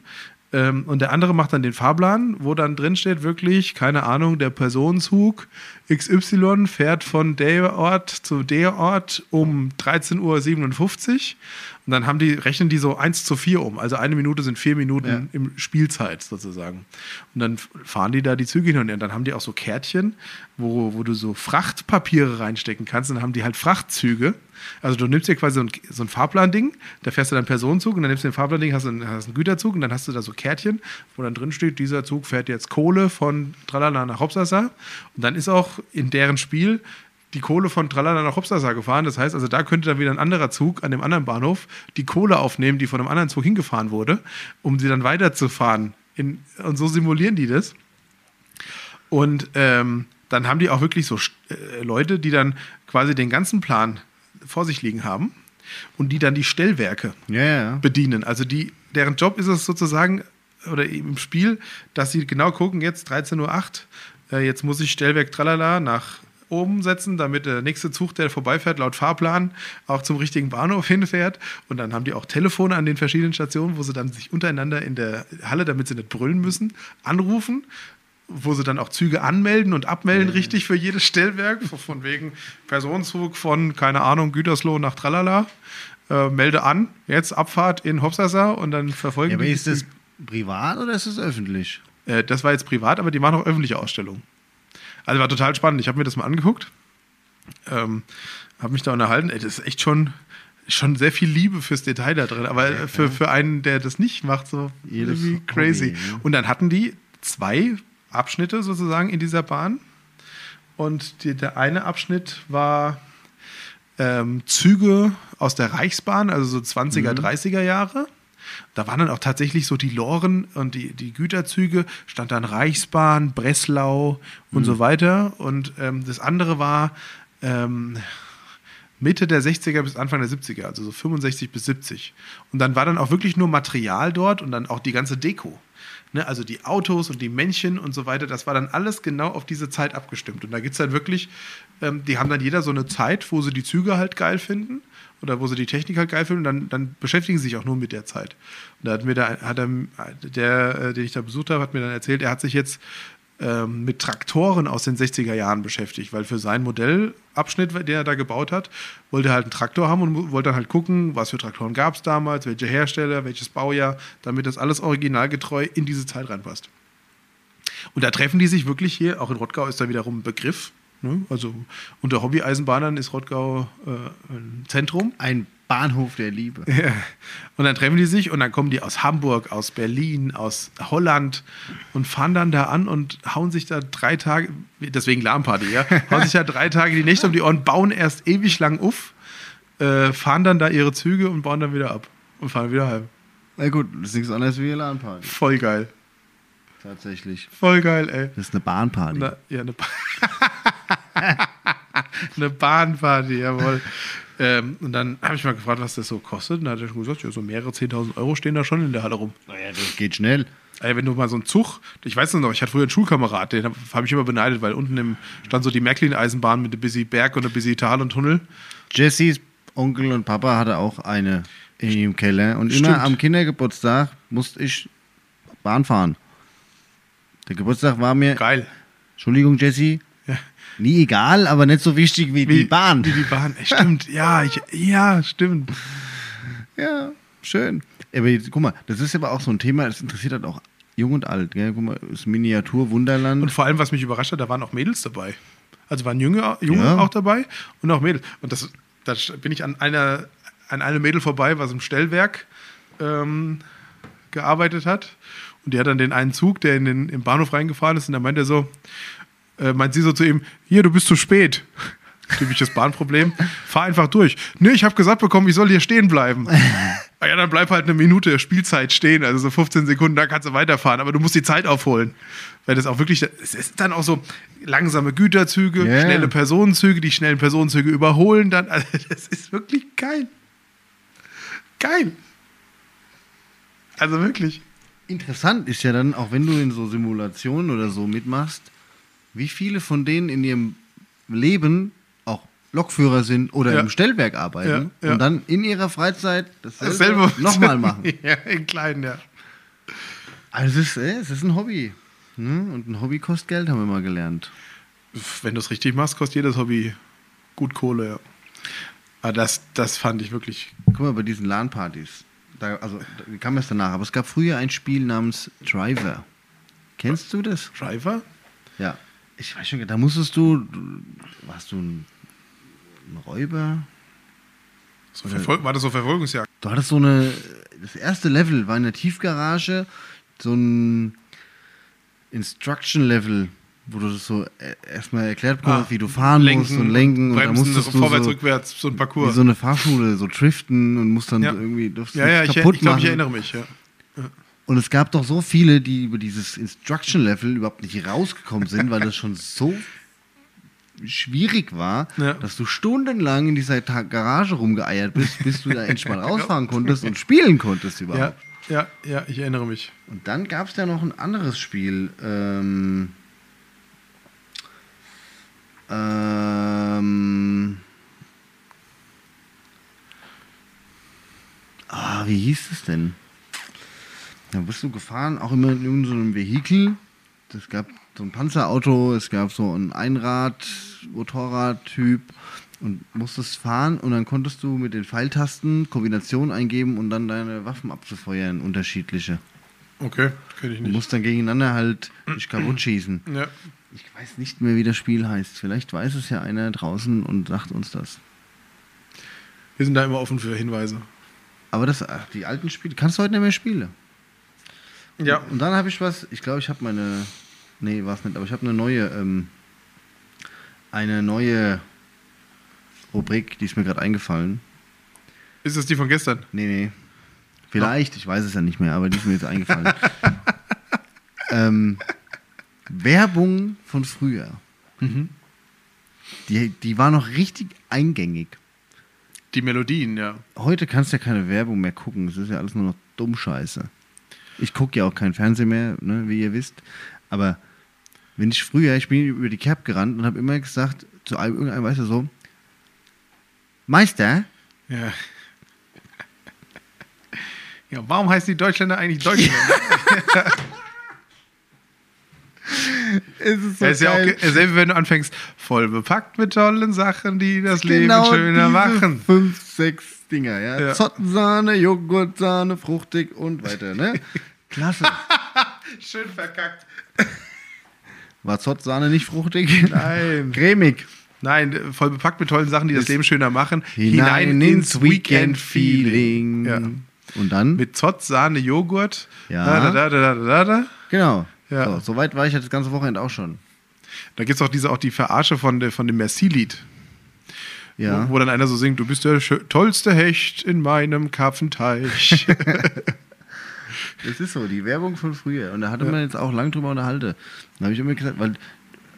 S2: Ähm, und der andere macht dann den Fahrplan, wo dann drin steht wirklich, keine Ahnung, der Personenzug XY fährt von der Ort zu der Ort um 13.57 Uhr. Und dann haben die, rechnen die so 1 zu 4 um. Also eine Minute sind vier Minuten
S1: Ja.
S2: im Spielzeit sozusagen. Und dann f- fahren die da die Züge hin und her. Und dann haben die auch so Kärtchen, wo, wo du so Frachtpapiere reinstecken kannst. Und dann haben die halt Frachtzüge. Also du nimmst dir quasi so ein, so ein Fahrplanding, da fährst du dann Personenzug und dann nimmst du den Fahrplanding, hast einen, hast einen Güterzug und dann hast du da so Kärtchen, wo dann drin steht, dieser Zug fährt jetzt Kohle von Tralala nach Hopsasa. Und dann ist auch in deren Spiel die Kohle von Tralala nach Hopsasa gefahren. Das heißt, also da könnte dann wieder ein anderer Zug an dem anderen Bahnhof die Kohle aufnehmen, die von einem anderen Zug hingefahren wurde, um sie dann weiterzufahren. In, und so simulieren die das. Und ähm, dann haben die auch wirklich so äh, Leute, die dann quasi den ganzen Plan vor sich liegen haben und die dann die Stellwerke
S1: ja, ja.
S2: bedienen. Also die, deren Job ist es sozusagen, oder im Spiel, dass sie genau gucken, jetzt 13.08 Uhr, äh, jetzt muss ich Stellwerk tralala nach oben setzen, damit der nächste Zug, der vorbeifährt, laut Fahrplan auch zum richtigen Bahnhof <laughs> hinfährt. Und dann haben die auch Telefone an den verschiedenen Stationen, wo sie dann sich untereinander in der Halle, damit sie nicht brüllen müssen, anrufen wo sie dann auch Züge anmelden und abmelden, richtig für
S1: <laughs>
S2: jedes Stellwerk, so von wegen Personenzug von, keine Ahnung, Gütersloh nach Tralala. Äh, melde an, jetzt Abfahrt in Hopsasa und dann verfolgen
S1: Ja, aber
S2: die-
S1: ist das privat oder ist das öffentlich?
S2: Äh, das war jetzt privat, aber die machen auch öffentliche Ausstellungen. Also war total spannend. Ich habe mir das mal angeguckt, ähm, habe mich da unterhalten. Ey, das ist echt schon, schon sehr viel Liebe fürs Detail da drin, aber äh, für, für einen, der das nicht macht, so
S1: Jedes
S2: irgendwie
S1: Hobby,
S2: crazy.
S1: ne?
S2: Und dann hatten die zwei Abschnitte sozusagen in dieser Bahn. Und die, der eine Abschnitt war ähm, Züge aus der Reichsbahn, also so 20er, 30er Jahre. Da waren dann auch tatsächlich so die Loren und die, die Güterzüge, stand dann Reichsbahn, Breslau und so weiter. Und ähm, das andere war ähm, Mitte der 60er bis Anfang der 70er, also so 65 bis 70. Und dann war dann auch wirklich nur Material dort und dann auch die ganze Deko. Ne, also die Autos und die Männchen und so weiter, das war dann alles genau auf diese Zeit abgestimmt. Und da gibt es dann wirklich, ähm, die haben dann jeder so eine Zeit, wo sie die Züge halt geil finden oder wo sie die Technik halt geil finden und dann, dann beschäftigen sie sich auch nur mit der Zeit. Und da hat mir da, hat er, der, äh, den ich da besucht habe, hat mir dann erzählt, er hat sich jetzt ähm, mit Traktoren aus den 60er Jahren beschäftigt, weil für seinen Modellabschnitt, den er da gebaut hat, wollte er halt einen Traktor haben und mu- wollte dann halt gucken, was für Traktoren gab es damals, welche Hersteller, welches Baujahr, damit das alles originalgetreu in diese Zeit reinpasst. Und da treffen die sich wirklich hier, auch in Rottgau ist da wiederum ein Begriff. Ne? Also unter Hobby-Eisenbahnern ist Rottgau äh, ein Zentrum.
S1: Ein Bahnhof der Liebe.
S2: Ja. Und dann treffen die sich und dann kommen die aus Hamburg, aus Berlin, aus Holland und fahren dann da an und hauen sich da drei Tage, deswegen Lahmparty, ja, hauen sich da drei Tage die Nächte um die Ohren, bauen erst ewig lang auf, äh, fahren dann da ihre Züge und bauen dann wieder ab und fahren wieder heim.
S1: Na gut, das ist nichts anderes wie eine Bahnparty.
S2: Voll geil,
S1: Tatsächlich.
S2: voll geil, ey.
S1: Das ist eine Bahnparty.
S2: <laughs> Na, ja, eine, ba eine Bahnparty, jawohl. Ähm, und dann habe ich mal gefragt, was das so kostet. Und da hat er schon gesagt, ja, so mehrere 10.000 Euro stehen da schon in der Halle rum.
S1: Naja, das geht schnell.
S2: Also wenn du mal so einen Zug, ich weiß noch, ich hatte früher einen Schulkamerad, den habe hab ich immer beneidet, weil unten im, stand so die Märklin-Eisenbahn mit der Busy Berg und der Busy Tal und Tunnel.
S1: Jessys Onkel und Papa hatte auch eine im Keller. Und
S2: Stimmt.
S1: immer am Kindergeburtstag musste ich Bahn fahren. Der Geburtstag war mir,
S2: Geil.
S1: Entschuldigung, Jessy, nie egal, aber nicht so wichtig wie, die Bahn.
S2: Wie die Bahn. Ey, Stimmt, ja, ich, ja, stimmt.
S1: Ja, schön. Aber jetzt, guck mal, das ist aber auch so ein Thema, das interessiert halt auch jung und alt. Gell? Guck mal, das Miniatur-Wunderland.
S2: Und vor allem, was mich überrascht hat, da waren auch Mädels dabei. Also waren Junge, Junge
S1: Ja.
S2: auch dabei und auch Mädels. Und das, da bin ich an einer, an einem Mädel vorbei, was im Stellwerk ähm, gearbeitet hat. Und die hat dann den einen Zug, der in den, im Bahnhof reingefahren ist, und da meint er so, äh, meint sie so zu ihm, hier, du bist zu spät. <laughs> Typisches Bahnproblem. Fahr einfach durch. Nee, ich habe gesagt bekommen, ich soll hier
S1: <laughs>
S2: stehen bleiben. Ah ja, dann bleib halt eine Minute Spielzeit stehen, also so 15 Sekunden, da kannst du weiterfahren, aber du musst die Zeit aufholen. Weil das auch wirklich, es ist dann auch so langsame Güterzüge,
S1: Ja.
S2: schnelle Personenzüge, die schnellen Personenzüge überholen dann. <laughs> Also das ist wirklich geil. Geil. Also wirklich.
S1: Interessant ist ja dann, auch wenn du in so Simulationen oder so mitmachst, wie viele von denen in ihrem Leben auch Lokführer sind oder
S2: Ja.
S1: im Stellwerk arbeiten
S2: Ja, ja.
S1: und dann in ihrer Freizeit dasselbe,
S2: Dasselbe. <laughs>
S1: nochmal Also machen.
S2: Ja, in kleinen, ja.
S1: Also es ist, äh, es ist ein Hobby. Ne? Und ein Hobby kostet Geld, haben wir mal gelernt.
S2: wenn du es richtig machst, kostet jedes Hobby gut Kohle, ja. Aber das, das fand ich wirklich.
S1: Guck mal, bei diesen LAN-Partys, da, also da kam das danach, aber es gab früher ein Spiel namens Driver. Kennst du das?
S2: Driver?
S1: Ja. Ich weiß schon, da musstest du, du warst du ein, ein Räuber?
S2: So Verfol war das so Verfolgungsjagd?
S1: Du hattest so eine, das erste Level war in der Tiefgarage, so ein Instruction-Level, wo du das so äh, erstmal erklärt bekommst,
S2: Ah,
S1: wie du fahren musst und lenken und da
S2: bremsen, also
S1: musstest du
S2: vorwärts,
S1: so,
S2: rückwärts, so ein
S1: wie
S2: Parcours.
S1: so eine Fahrschule, so driften und musst dann
S2: Ja.
S1: so irgendwie, durfst
S2: ja, ja, ich,
S1: nichts
S2: ich
S1: kaputt
S2: glaube, ich
S1: machen.
S2: erinnere mich. Ja.
S1: Und es gab doch so viele, die über dieses Instruction-Level überhaupt nicht rausgekommen sind, weil das schon so schwierig war,
S2: Ja.
S1: dass du stundenlang in dieser Ta Garage rumgeeiert bist, bis du da endlich
S2: <laughs>
S1: mal rausfahren konntest und spielen konntest überhaupt.
S2: Ja, ja, ja, ich erinnere mich.
S1: Und dann gab es da noch ein anderes Spiel. Ähm, ähm, ah, wie hieß es denn? Da bist du gefahren, auch immer in irgendeinem so einem Vehikel. Es gab so ein Panzerauto, es gab so ein Einrad, Motorradtyp und musstest fahren und dann konntest du mit den Pfeiltasten Kombinationen eingeben und dann deine Waffen abzufeuern, unterschiedliche.
S2: Okay, kenne ich
S1: Du
S2: nicht.
S1: musst dann gegeneinander halt dich kaputt schießen.
S2: Ja.
S1: Ich weiß nicht mehr, wie das Spiel heißt. Vielleicht weiß es ja einer draußen und sagt uns das.
S2: Wir sind da immer offen für Hinweise.
S1: Aber das, ach, die alten Spiele, kannst du heute nicht mehr spielen.
S2: Ja,
S1: Und dann habe ich was, ich glaube, ich habe meine, nee, war es nicht, aber ich habe eine neue, ähm, eine neue Rubrik, die ist mir gerade eingefallen.
S2: ist es die von gestern?
S1: Nee, nee. Vielleicht, ich weiß es ja nicht mehr, aber die ist mir jetzt <laughs> eingefallen. ähm, Werbung von früher. Mhm. Die, die war noch richtig eingängig.
S2: Die Melodien, ja.
S1: Heute kannst du ja keine Werbung mehr gucken. Es ist ja alles nur noch Dummscheiße. Ich gucke ja auch kein Fernsehen mehr, ne, wie ihr wisst. Aber wenn ich früher, ich bin über die Cap gerannt und habe immer gesagt, zu einem, irgendeinem, weißt du so, Meister,
S2: Ja. <laughs> Ja, warum heißen die Deutschländer eigentlich Deutschländer?
S1: es ist
S2: Ja, ist ja auch ge- dasselbe, wenn du anfängst, voll bepackt mit tollen Sachen, die das
S1: genau
S2: Leben schöner
S1: diese
S2: machen.
S1: Fünf, sechs Dinger, ja.
S2: Ja.
S1: Zottensahne, Joghurtsahne, fruchtig und weiter,
S2: <laughs>
S1: ne? Klasse.
S2: Schön verkackt.
S1: War Zottsahne nicht fruchtig?
S2: Nein.
S1: <laughs> Cremig.
S2: Nein, äh, voll bepackt mit tollen Sachen, die das Leben schöner machen. Ja.
S1: Und dann?
S2: Mit Zott, Sahne, Joghurt.
S1: Ja.
S2: Da, da, da, da, da, da, da.
S1: genau.
S2: Ja.
S1: So, so weit war ich ja das ganze Wochenende auch schon.
S2: Da gibt es auch, diese- auch die Verarsche von, der- von dem Merci-Lied.
S1: Ja.
S2: Wo, wo dann einer so singt, du bist der schö- tollste Hecht in meinem Karpfenteich.
S1: Das ist so, die Werbung von früher. Und da hatte man jetzt auch lang drüber unterhalten. Dann habe ich immer gesagt, weil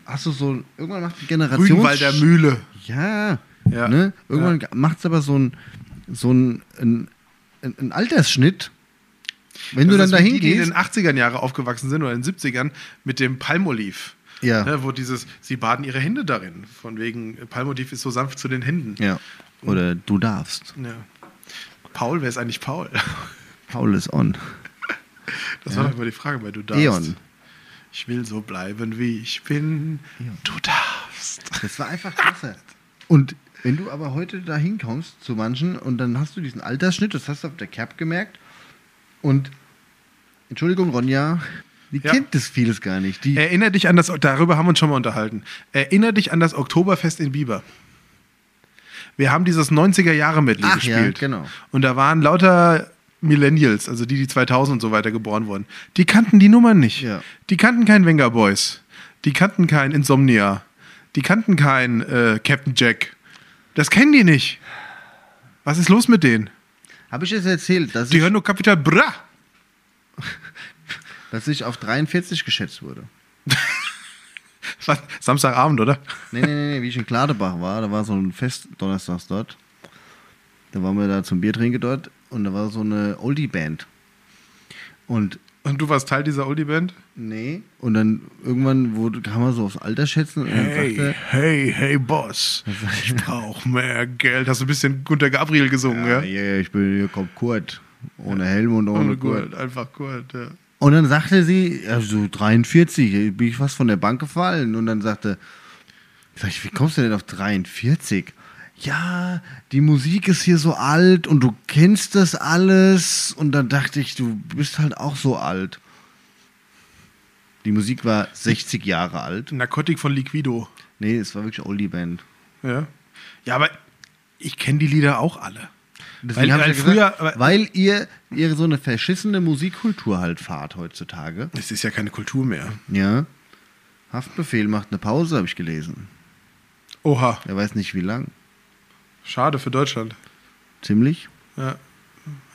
S1: hast du so, irgendwann macht die Generation.
S2: Rügenwalder Mühle.
S1: Ja,
S2: Ja.
S1: Ne? Irgendwann macht es aber so ein, so ein, ein, ein, ein Altersschnitt. Wenn du
S2: Das
S1: dann
S2: ist wie
S1: dahin
S2: die, Die in
S1: gehst,
S2: den 80ern Jahren aufgewachsen sind oder in den 70ern mit dem Palmolive.
S1: Ja.
S2: Ne, wo dieses, sie baden ihre Hände darin. Von wegen, äh, Palmolive ist so sanft zu den Händen.
S1: ja. oder du darfst.
S2: Ja. Paul, wer ist eigentlich Paul? <laughs>
S1: Paul ist on.
S2: Das war doch immer die Frage, weil du darfst.
S1: Eon.
S2: Ich will so bleiben, wie ich bin. Du darfst.
S1: Das war einfach klasse. Und wenn du aber heute da hinkommst zu manchen und dann hast du diesen Altersschnitt, das hast du auf der Cap gemerkt. Und Entschuldigung, Ronja, die
S2: Ja.
S1: kennt das vieles gar nicht. Die,
S2: Erinner dich an das, darüber haben wir uns schon mal unterhalten. Erinner dich an das Oktoberfest in Bieber. Wir haben dieses 90er-Jahre-Medley
S1: Ach ja,
S2: gespielt.
S1: genau.
S2: Und da waren lauter Millennials, also die, die 2000 und so weiter geboren wurden. Die kannten die Nummern nicht.
S1: Ja.
S2: Die kannten kein Venga Boys. Die kannten kein Insomnia. Die kannten kein äh, Captain Jack. Das kennen die nicht. Was ist los mit denen?
S1: Habe ich es erzählt, dass
S2: Die
S1: ich,
S2: hören nur Kapital Bra.
S1: dass ich auf 43 geschätzt wurde?
S2: Was? Samstagabend, oder?
S1: Nee, nee, nee, nee, wie ich in Kladebach war, da war so ein Fest donnerstags dort. Da waren wir da zum Bier trinken dort und da war so eine Oldie-Band. Und
S2: Und du warst Teil dieser Oldie-Band?
S1: nee, und dann irgendwann wurde, kam er so aufs Alter schätzen und dann sagte
S2: Hey, hey, hey, Boss. <laughs> Ich brauch mehr Geld. Hast du ein bisschen Gunter Gabriel gesungen,
S1: Ja,
S2: ja?
S1: ja, ich bin hier kommt Kurt. Ohne Helm und ohne,
S2: Ohne
S1: Kurt.
S2: Gurt, einfach Gurt, ja.
S1: Und dann sagte sie, also 43, bin ich fast von der Bank gefallen. Und dann sagte, sag ich, wie kommst du denn auf 43? Ja, die Musik ist hier so alt und du kennst das alles. Und dann dachte ich, du bist halt auch so alt. Die Musik war 60 Jahre alt.
S2: Narkotik von Liquido,
S1: Nee, es war wirklich Oldie Band.
S2: ja. Ja, aber ich kenne die Lieder auch alle.
S1: Deswegen
S2: Weil-
S1: hab ich
S2: weil
S1: ja gesagt,
S2: früher- aber-
S1: weil ihr, ihr so eine verschissene Musikkultur halt fahrt heutzutage.
S2: Es ist ja keine Kultur mehr.
S1: Ja. Haftbefehl macht eine Pause, habe ich gelesen.
S2: Oha,
S1: Er weiß nicht wie lang.
S2: schade für Deutschland.
S1: Ziemlich.
S2: Ja.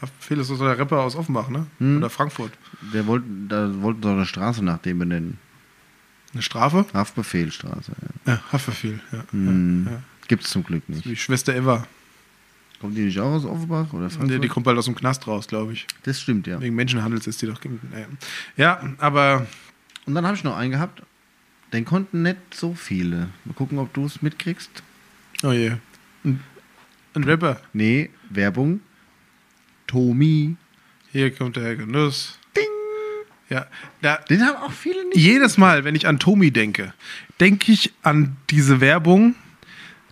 S2: Haftbefehl ist so der Rapper aus Offenbach, ne? Oder Frankfurt.
S1: Der wollte, da wollten sie auch eine Straße nach dem benennen.
S2: Eine Strafe?
S1: Haftbefehlstraße. Ja.
S2: Ja, Haftbefehl, ja. Ja, ja.
S1: Gibt's zum Glück nicht.
S2: Die Schwester Eva.
S1: Kommt die nicht auch aus Offenbach oder
S2: Nee,
S1: Frankfurt?
S2: die kommt bald aus dem Knast raus, glaube ich.
S1: das stimmt, ja.
S2: Wegen Menschenhandels ist die doch. Naja. Ja, aber
S1: Und dann habe ich noch einen gehabt. Den konnten nicht so viele. Mal gucken, ob du es mitkriegst.
S2: Oh je. Ein, ein Rapper.
S1: Nee, Werbung. Tomi.
S2: Hier kommt der Herr Genuss. Ding! Ja, da,
S1: Den haben auch viele nicht.
S2: jedes Mal, wenn ich an Tomi denke, denke ich an diese Werbung,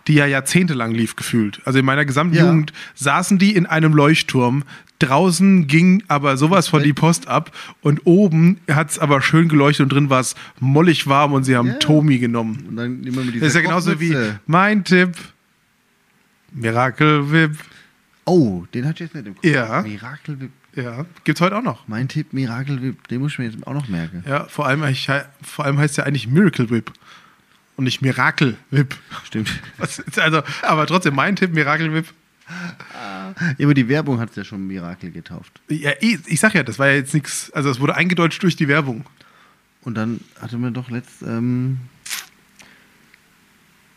S2: die ja jahrzehntelang lief, gefühlt. Also in meiner gesamten
S1: Ja.
S2: Jugend saßen die in einem Leuchtturm. Draußen ging aber sowas
S1: Äh.
S2: von die Post ab und oben hat es aber schön geleuchtet und drin war es mollig warm und sie haben
S1: Ja.
S2: Tomi genommen.
S1: Und dann immer mit
S2: Das ist ja genauso wie
S1: Kochmütze.
S2: mein Tipp. Miracle Whip.
S1: Oh, den hatte ich jetzt nicht im Kopf.
S2: Ja.
S1: Miracle Whip.
S2: Ja, gibt's heute auch noch.
S1: Mein Tipp, Miracle Whip. Den muss ich mir jetzt auch noch merken.
S2: Ja, vor allem, ich, vor allem heißt ja eigentlich Miracle Whip und nicht Miracle Whip. <laughs>
S1: Stimmt. <laughs>
S2: Was ist also, aber trotzdem, mein Tipp, Miracle Whip.
S1: Über die Werbung hat es ja schon Miracle getauft.
S2: Ja, ich, ich sag ja, das war ja jetzt nichts, also es wurde eingedeutscht durch die Werbung.
S1: Und dann hatte man doch letzt. Ähm,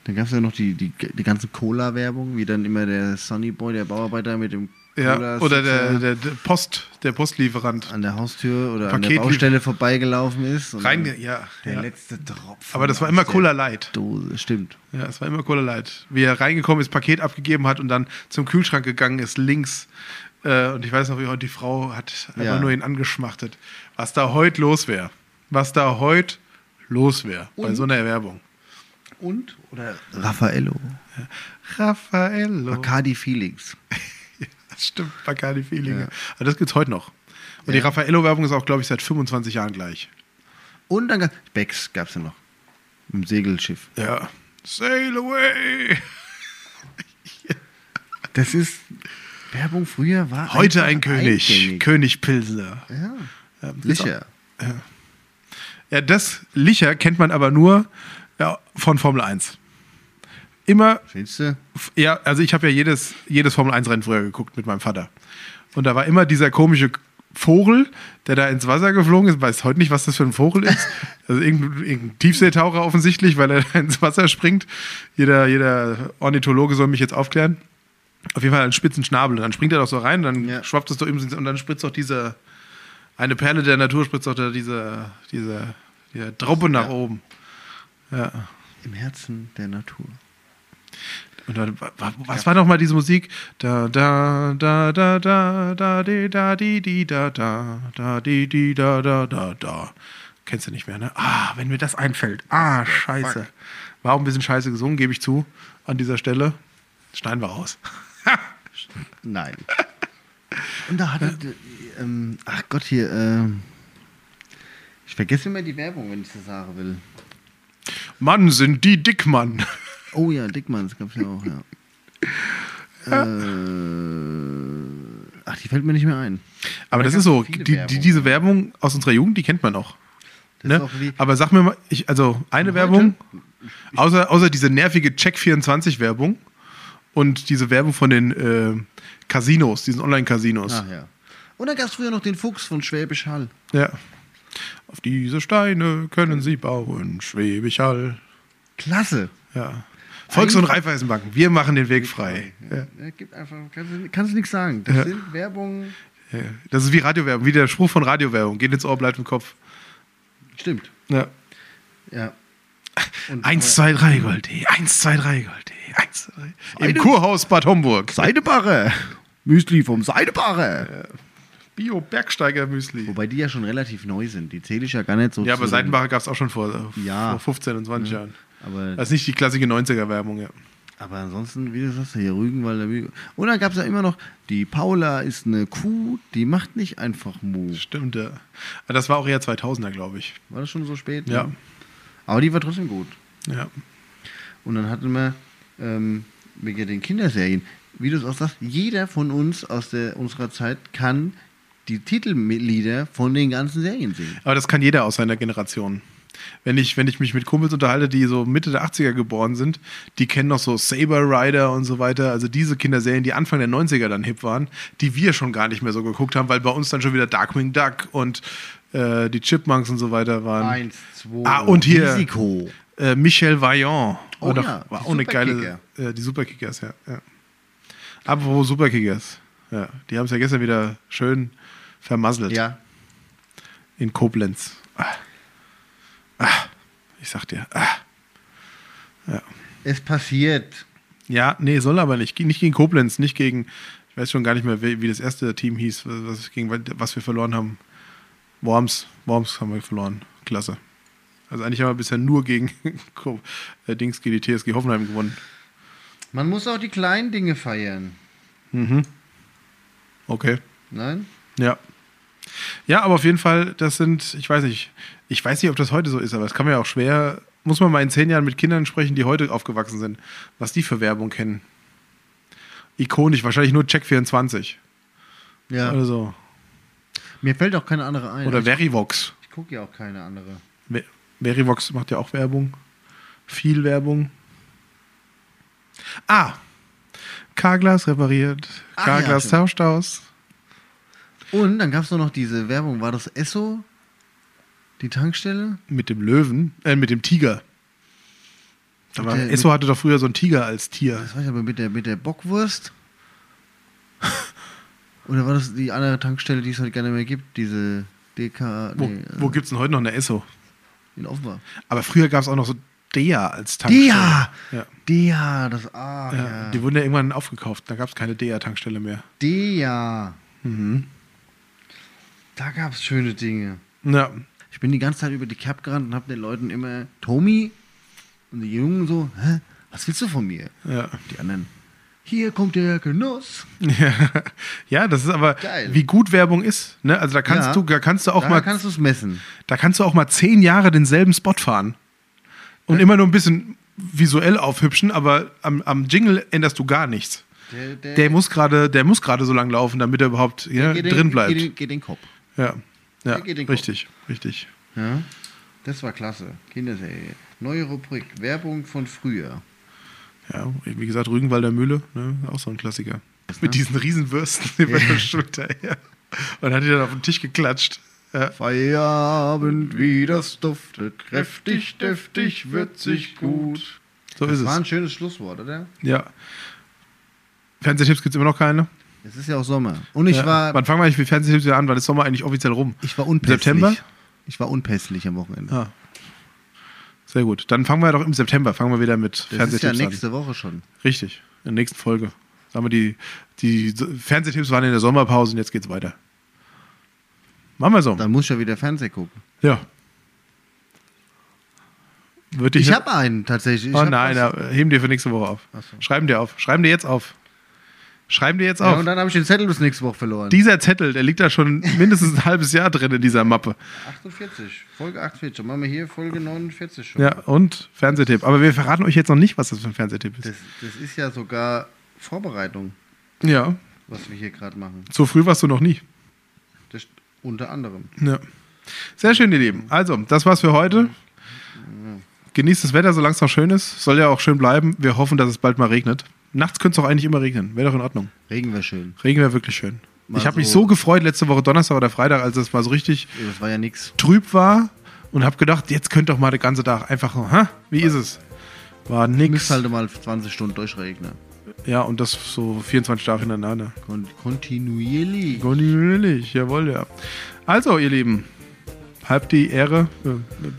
S1: dann gab es ja noch die, die, die ganze Cola-Werbung, wie dann immer der Sunny Boy, der Bauarbeiter mit dem
S2: Ja,
S1: Cola
S2: oder der, der, der Post, der Postlieferant.
S1: an der Haustür oder an
S2: Paket-
S1: der Baustelle vorbeigelaufen ist. und
S2: Rein,
S1: dann
S2: ja,
S1: der
S2: ja.
S1: letzte Tropfen.
S2: Aber das war
S1: aus
S2: immer
S1: der
S2: Cola Light.
S1: Dose, stimmt.
S2: Ja, es war immer Cola Light. Wie er reingekommen ist, Paket abgegeben hat und dann zum Kühlschrank gegangen ist, links. Äh, und ich weiß noch, wie heute die Frau hat einfach
S1: Ja.
S2: nur ihn angeschmachtet. Was da heute los wäre. Was da heute los wäre bei
S1: Und?
S2: so einer Werbung.
S1: Und? Oder Raffaello.
S2: Raffaello.
S1: Bacardi Felix.
S2: <laughs> Stimmt, Bacardi Feeling.
S1: Ja.
S2: Aber das gibt's heute noch. Und die
S1: Ja.
S2: Raffaello-Werbung ist auch, glaube ich, seit 25 Jahren gleich.
S1: Und dann gab Becks gab es ja noch. Mit dem Segelschiff.
S2: Ja. Sail away!
S1: Das ist. Werbung früher war.
S2: Heute ein
S1: einfach
S2: König.
S1: eingängig.
S2: König Pilsner.
S1: Ja.
S2: Ähm,
S1: Sicher.
S2: Ja, das Licher kennt man aber nur ja, von Formel 1. Immer,
S1: Findest du?
S2: f- ja, also ich habe ja jedes, jedes Formel 1-Rennen früher geguckt mit meinem Vater. Und da war immer dieser komische Vogel, der da ins Wasser geflogen ist. Weiß heute nicht, was das für ein
S1: <laughs>
S2: Vogel ist. Also irgendein, irgendein Tiefseetaucher offensichtlich, weil er da ins Wasser springt. Jeder, jeder Ornithologe soll mich jetzt aufklären. Auf jeden Fall einen spitzen Schnabel. Und dann springt er doch so rein, dann
S1: Ja.
S2: schwappt es doch eben und dann spritzt doch diese eine Perle der Natur, spritzt doch da diese, diese, diese Truppe nach
S1: Ja.
S2: oben. Ja.
S1: Im Herzen der Natur.
S2: Und dann, wa- wa- was war noch mal diese Musik? Da da da da da da di da di di da da da di di da da da da. Kennst du nicht mehr, ne? Ah, wenn mir das einfällt. Ah, scheiße. War auch ein bisschen scheiße gesungen, gebe ich zu. An dieser Stelle schneiden wir raus.
S1: Nein. <laughs> Und da hatte. die- Ähm, ach Gott, hier. Ähm, ich vergesse immer die Werbung, wenn ich das sagen will.
S2: Mann, sind die dick, <laughs> Mann.
S1: Oh ja, Dickmann, das gab's ja auch, ja. äh, ach, die fällt mir nicht mehr ein.
S2: Aber das
S1: gab's
S2: ist so,
S1: viele
S2: die, die,
S1: Werbung.
S2: diese Werbung aus unserer Jugend, die kennt man auch.
S1: Das ist
S2: Ne?
S1: auch wie-
S2: Aber sag mir mal, ich, also eine
S1: Heute?
S2: Werbung, außer, außer diese nervige Check24-Werbung und diese Werbung von den äh, Casinos, diesen Online-Casinos.
S1: Ach Ah, ja. Und dann gab es früher noch den Fuchs von Schwäbisch Hall.
S2: Ja. Auf diese Steine können sie bauen, Schwäbisch Hall.
S1: Klasse.
S2: Ja. Volks- und
S1: Eigentlich-
S2: Raiffeisenbanken, wir machen den Weg frei.
S1: Ja. Ja, gibt einfach, kannst, du- kannst du nichts sagen. Das sind Werbung.
S2: Ja. Das ist wie Radiowerbung, wie der Spruch von Radiowerbung. Geht ins Ohr, bleibt im Kopf.
S1: Stimmt.
S2: Ja.
S1: Ja. Und-
S2: Eins, zwei, drei Goldtee. Eins, zwei, drei Goldtee. Eins, zwei, drei. Im
S1: Eine-
S2: Kurhaus Bad Homburg.
S1: Seidebarre. Müsli vom Seidebarre.
S2: Bio-Bergsteiger-Müsli.
S1: Wobei die ja schon relativ neu sind. Die zähle ich ja gar nicht so.
S2: Ja, aber
S1: zu-
S2: Seitenbacher gab es auch schon vor, äh,
S1: Ja.
S2: vor 15 und 20 Jahren.
S1: Aber,
S2: Das ist nicht die klassische 90er-Werbung, ja.
S1: aber ansonsten, wie du sagst, hier Rügenwalder. Mühle. Und dann gab es ja immer noch, die Paula ist eine Kuh, die macht nicht einfach Mu.
S2: Stimmt, ja. Aber das war auch eher 2000er, glaube ich.
S1: War das schon so spät?
S2: Ja.
S1: Ne? Aber die war trotzdem gut.
S2: Ja.
S1: Und dann hatten wir ähm, wegen den Kinderserien, wie du es auch sagst, jeder von uns aus der, unserer Zeit kann die Titellieder von den ganzen Serien singen.
S2: Aber das kann jeder aus seiner Generation. Wenn ich, wenn ich mich mit Kumpels unterhalte, die so Mitte der 80er geboren sind, die kennen noch so Saber Rider und so weiter. Also diese Kinderserien, die Anfang der 90er dann hip waren, die wir schon gar nicht mehr so geguckt haben, weil bei uns dann schon wieder Darkwing Duck und äh, die Chipmunks und so weiter waren.
S1: Eins, zwei,
S2: Ah, und hier-
S1: Risiko.
S2: Äh, Michel Vaillant.
S1: Oh
S2: War doch-
S1: ja,
S2: war
S1: die
S2: auch eine geile.
S1: Superkicker.
S2: Äh, die Superkickers, ja. ja. Apropos Superkickers. Ja, die haben es ja gestern wieder schön vermasselt
S1: Ja,
S2: in Koblenz. Ah. Ah. Ich sag dir. Ah.
S1: es passiert.
S2: Ja, nee, soll aber nicht. Ge- Nicht gegen Koblenz, nicht gegen. Ich weiß schon gar nicht mehr, wie, wie das erste Team hieß, was, was- gegen was wir verloren haben. Worms. Worms haben wir verloren. Klasse. Also eigentlich haben wir bisher nur gegen <laughs> Ko- äh, Dings gegen die TSG Hoffenheim gewonnen.
S1: Man muss auch die kleinen Dinge feiern.
S2: Okay.
S1: Nein?
S2: Ja. Ja, aber auf jeden Fall, das sind, ich weiß nicht, ich weiß nicht, ob das heute so ist, aber das kann man ja auch schwer, muss man mal in zehn Jahren mit Kindern sprechen, die heute aufgewachsen sind, was die für Werbung kennen. Ikonisch, wahrscheinlich nur Check24
S1: Ja.
S2: oder so.
S1: Mir fällt auch keine andere ein.
S2: Oder
S1: ich
S2: Verivox.
S1: ich gucke ja auch keine andere.
S2: Ver- Verivox macht ja auch Werbung. Viel Werbung. Ah, K-Glas repariert.
S1: Ach Ah, ja,
S2: K-Glas
S1: stimmt.
S2: tauscht aus.
S1: Und dann gab es noch diese Werbung. War das Esso? Die Tankstelle?
S2: Mit dem Löwen, äh, mit dem Tiger. Aber
S1: der-
S2: Esso hatte doch früher so einen Tiger als Tier.
S1: Das weiß ich aber mit der, mit der Bockwurst. <laughs> Oder war das die andere Tankstelle, die es heute gerne mehr gibt? Diese DK.
S2: Wo,
S1: nee, äh,
S2: wo gibt's denn heute noch eine Esso?
S1: in Offenbach.
S2: Aber früher gab's auch noch so Dea als Tankstelle.
S1: Dea!
S2: Ja.
S1: Dea, das A.
S2: Ja,
S1: Ja.
S2: Die wurden ja irgendwann aufgekauft. Da gab's keine Dea-Tankstelle mehr.
S1: Dea.
S2: Mhm.
S1: Da gab es schöne Dinge.
S2: Ja.
S1: Ich bin die ganze Zeit über die Cap gerannt und habe den Leuten immer, Tommy und die Jungen so, hä? Was willst du von mir?
S2: Ja.
S1: Die anderen, hier kommt der Genuss.
S2: ja, das ist aber,
S1: Geil.
S2: wie gut Werbung ist. Ne? Also da kannst
S1: Ja.
S2: du, da kannst du auch
S1: da
S2: mal
S1: kannst du es messen.
S2: Da kannst du auch mal zehn Jahre denselben Spot fahren. Und immer nur ein bisschen visuell aufhübschen, aber am, am Jingle änderst du gar nichts.
S1: Der, der,
S2: Der muss gerade, der muss gerade so lang laufen, damit er überhaupt ja,
S1: geht
S2: drin
S1: den,
S2: bleibt.
S1: Geht den, geht den Kopf.
S2: ja, ja
S1: der geht in den
S2: richtig, richtig.
S1: Ja, das war klasse. Kinderserie. Neue Rubrik. Werbung von früher.
S2: Ja, wie gesagt, Rügenwalder Mühle, ne, auch so ein Klassiker. Mit diesen Riesenwürsten über der Schulter. Ja. Und hat die dann auf den Tisch geklatscht. Ja.
S1: Feierabend, wie das duftet. Kräftig, deftig, würzig, gut.
S2: So ist
S1: Das war
S2: es.
S1: ein schönes Schlusswort, oder?
S2: Ja. Fernsehtipps gibt es immer noch keine.
S1: Es ist ja auch Sommer. Und ich
S2: ja.
S1: war,
S2: Wann fangen wir eigentlich mit Fernsehtipps wieder an? Wann ist Sommer eigentlich offiziell rum?
S1: ich war unpässlich.
S2: September?
S1: Ich war unpässlich am Wochenende.
S2: Ah. Sehr gut. Dann fangen wir doch im September, fangen wir wieder mit
S1: Das ist ja
S2: Fernsehtipps an.
S1: nächste Woche schon.
S2: Richtig, in der nächsten Folge. Sagen wir, die, die So- Fernsehtipps waren in der Sommerpause und jetzt geht's weiter. Machen wir so.
S1: Dann muss ich ja wieder Fernsehen gucken.
S2: Ja. Würde
S1: Ich habe einen tatsächlich. Ich
S2: Oh
S1: hab
S2: nein,
S1: was.
S2: na, heben dir für nächste Woche auf.
S1: Ach so.
S2: Schreiben dir auf. Schreiben dir jetzt auf. Schreiben dir jetzt
S1: Ja,
S2: auf.
S1: und dann habe ich den Zettel bis nächste Woche verloren.
S2: Dieser Zettel, der liegt
S1: <laughs>
S2: da schon mindestens ein halbes Jahr drin in dieser Mappe.
S1: 48, Folge 48. Dann machen wir hier Folge 49 schon.
S2: Ja, und Fernsehtipp. Aber wir verraten euch jetzt noch nicht, was das für ein Fernsehtipp ist.
S1: Das, das ist ja sogar Vorbereitung,
S2: Ja,
S1: was wir hier gerade machen.
S2: so früh warst du noch nie.
S1: Das, unter anderem.
S2: Ja. Sehr schön, ihr Lieben. Also, das war's für heute. Genießt das Wetter, solange es noch schön ist. Soll ja auch schön bleiben. Wir hoffen, dass es bald mal regnet. Nachts könnte es auch eigentlich immer regnen. Wäre doch in Ordnung.
S1: Regen wäre schön.
S2: Regen wäre wirklich schön.
S1: Mal
S2: ich habe mich
S1: so-
S2: so gefreut letzte Woche Donnerstag oder Freitag, als es mal so richtig
S1: Das war ja nix.
S2: trüb war und habe gedacht, jetzt könnte doch mal der ganze Tag einfach, hä? wie ist es? War nix.
S1: Müsste halt mal 20 Stunden durchregnen.
S2: Ja, und das so 24 Tage hintereinander.
S1: Kon kontinuierlich.
S2: Kontinuierlich, jawohl, ja. Also, ihr Lieben, halb die Ehre. äh,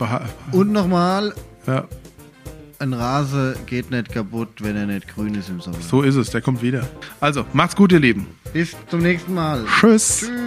S2: beha-
S1: Und nochmal,
S2: Ja,
S1: ein Rase geht nicht kaputt, wenn er nicht grün ist im Sommer.
S2: so ist es, der kommt wieder. Also, macht's gut, ihr Lieben.
S1: Bis zum nächsten Mal.
S2: Tschüss.
S1: Tschüss.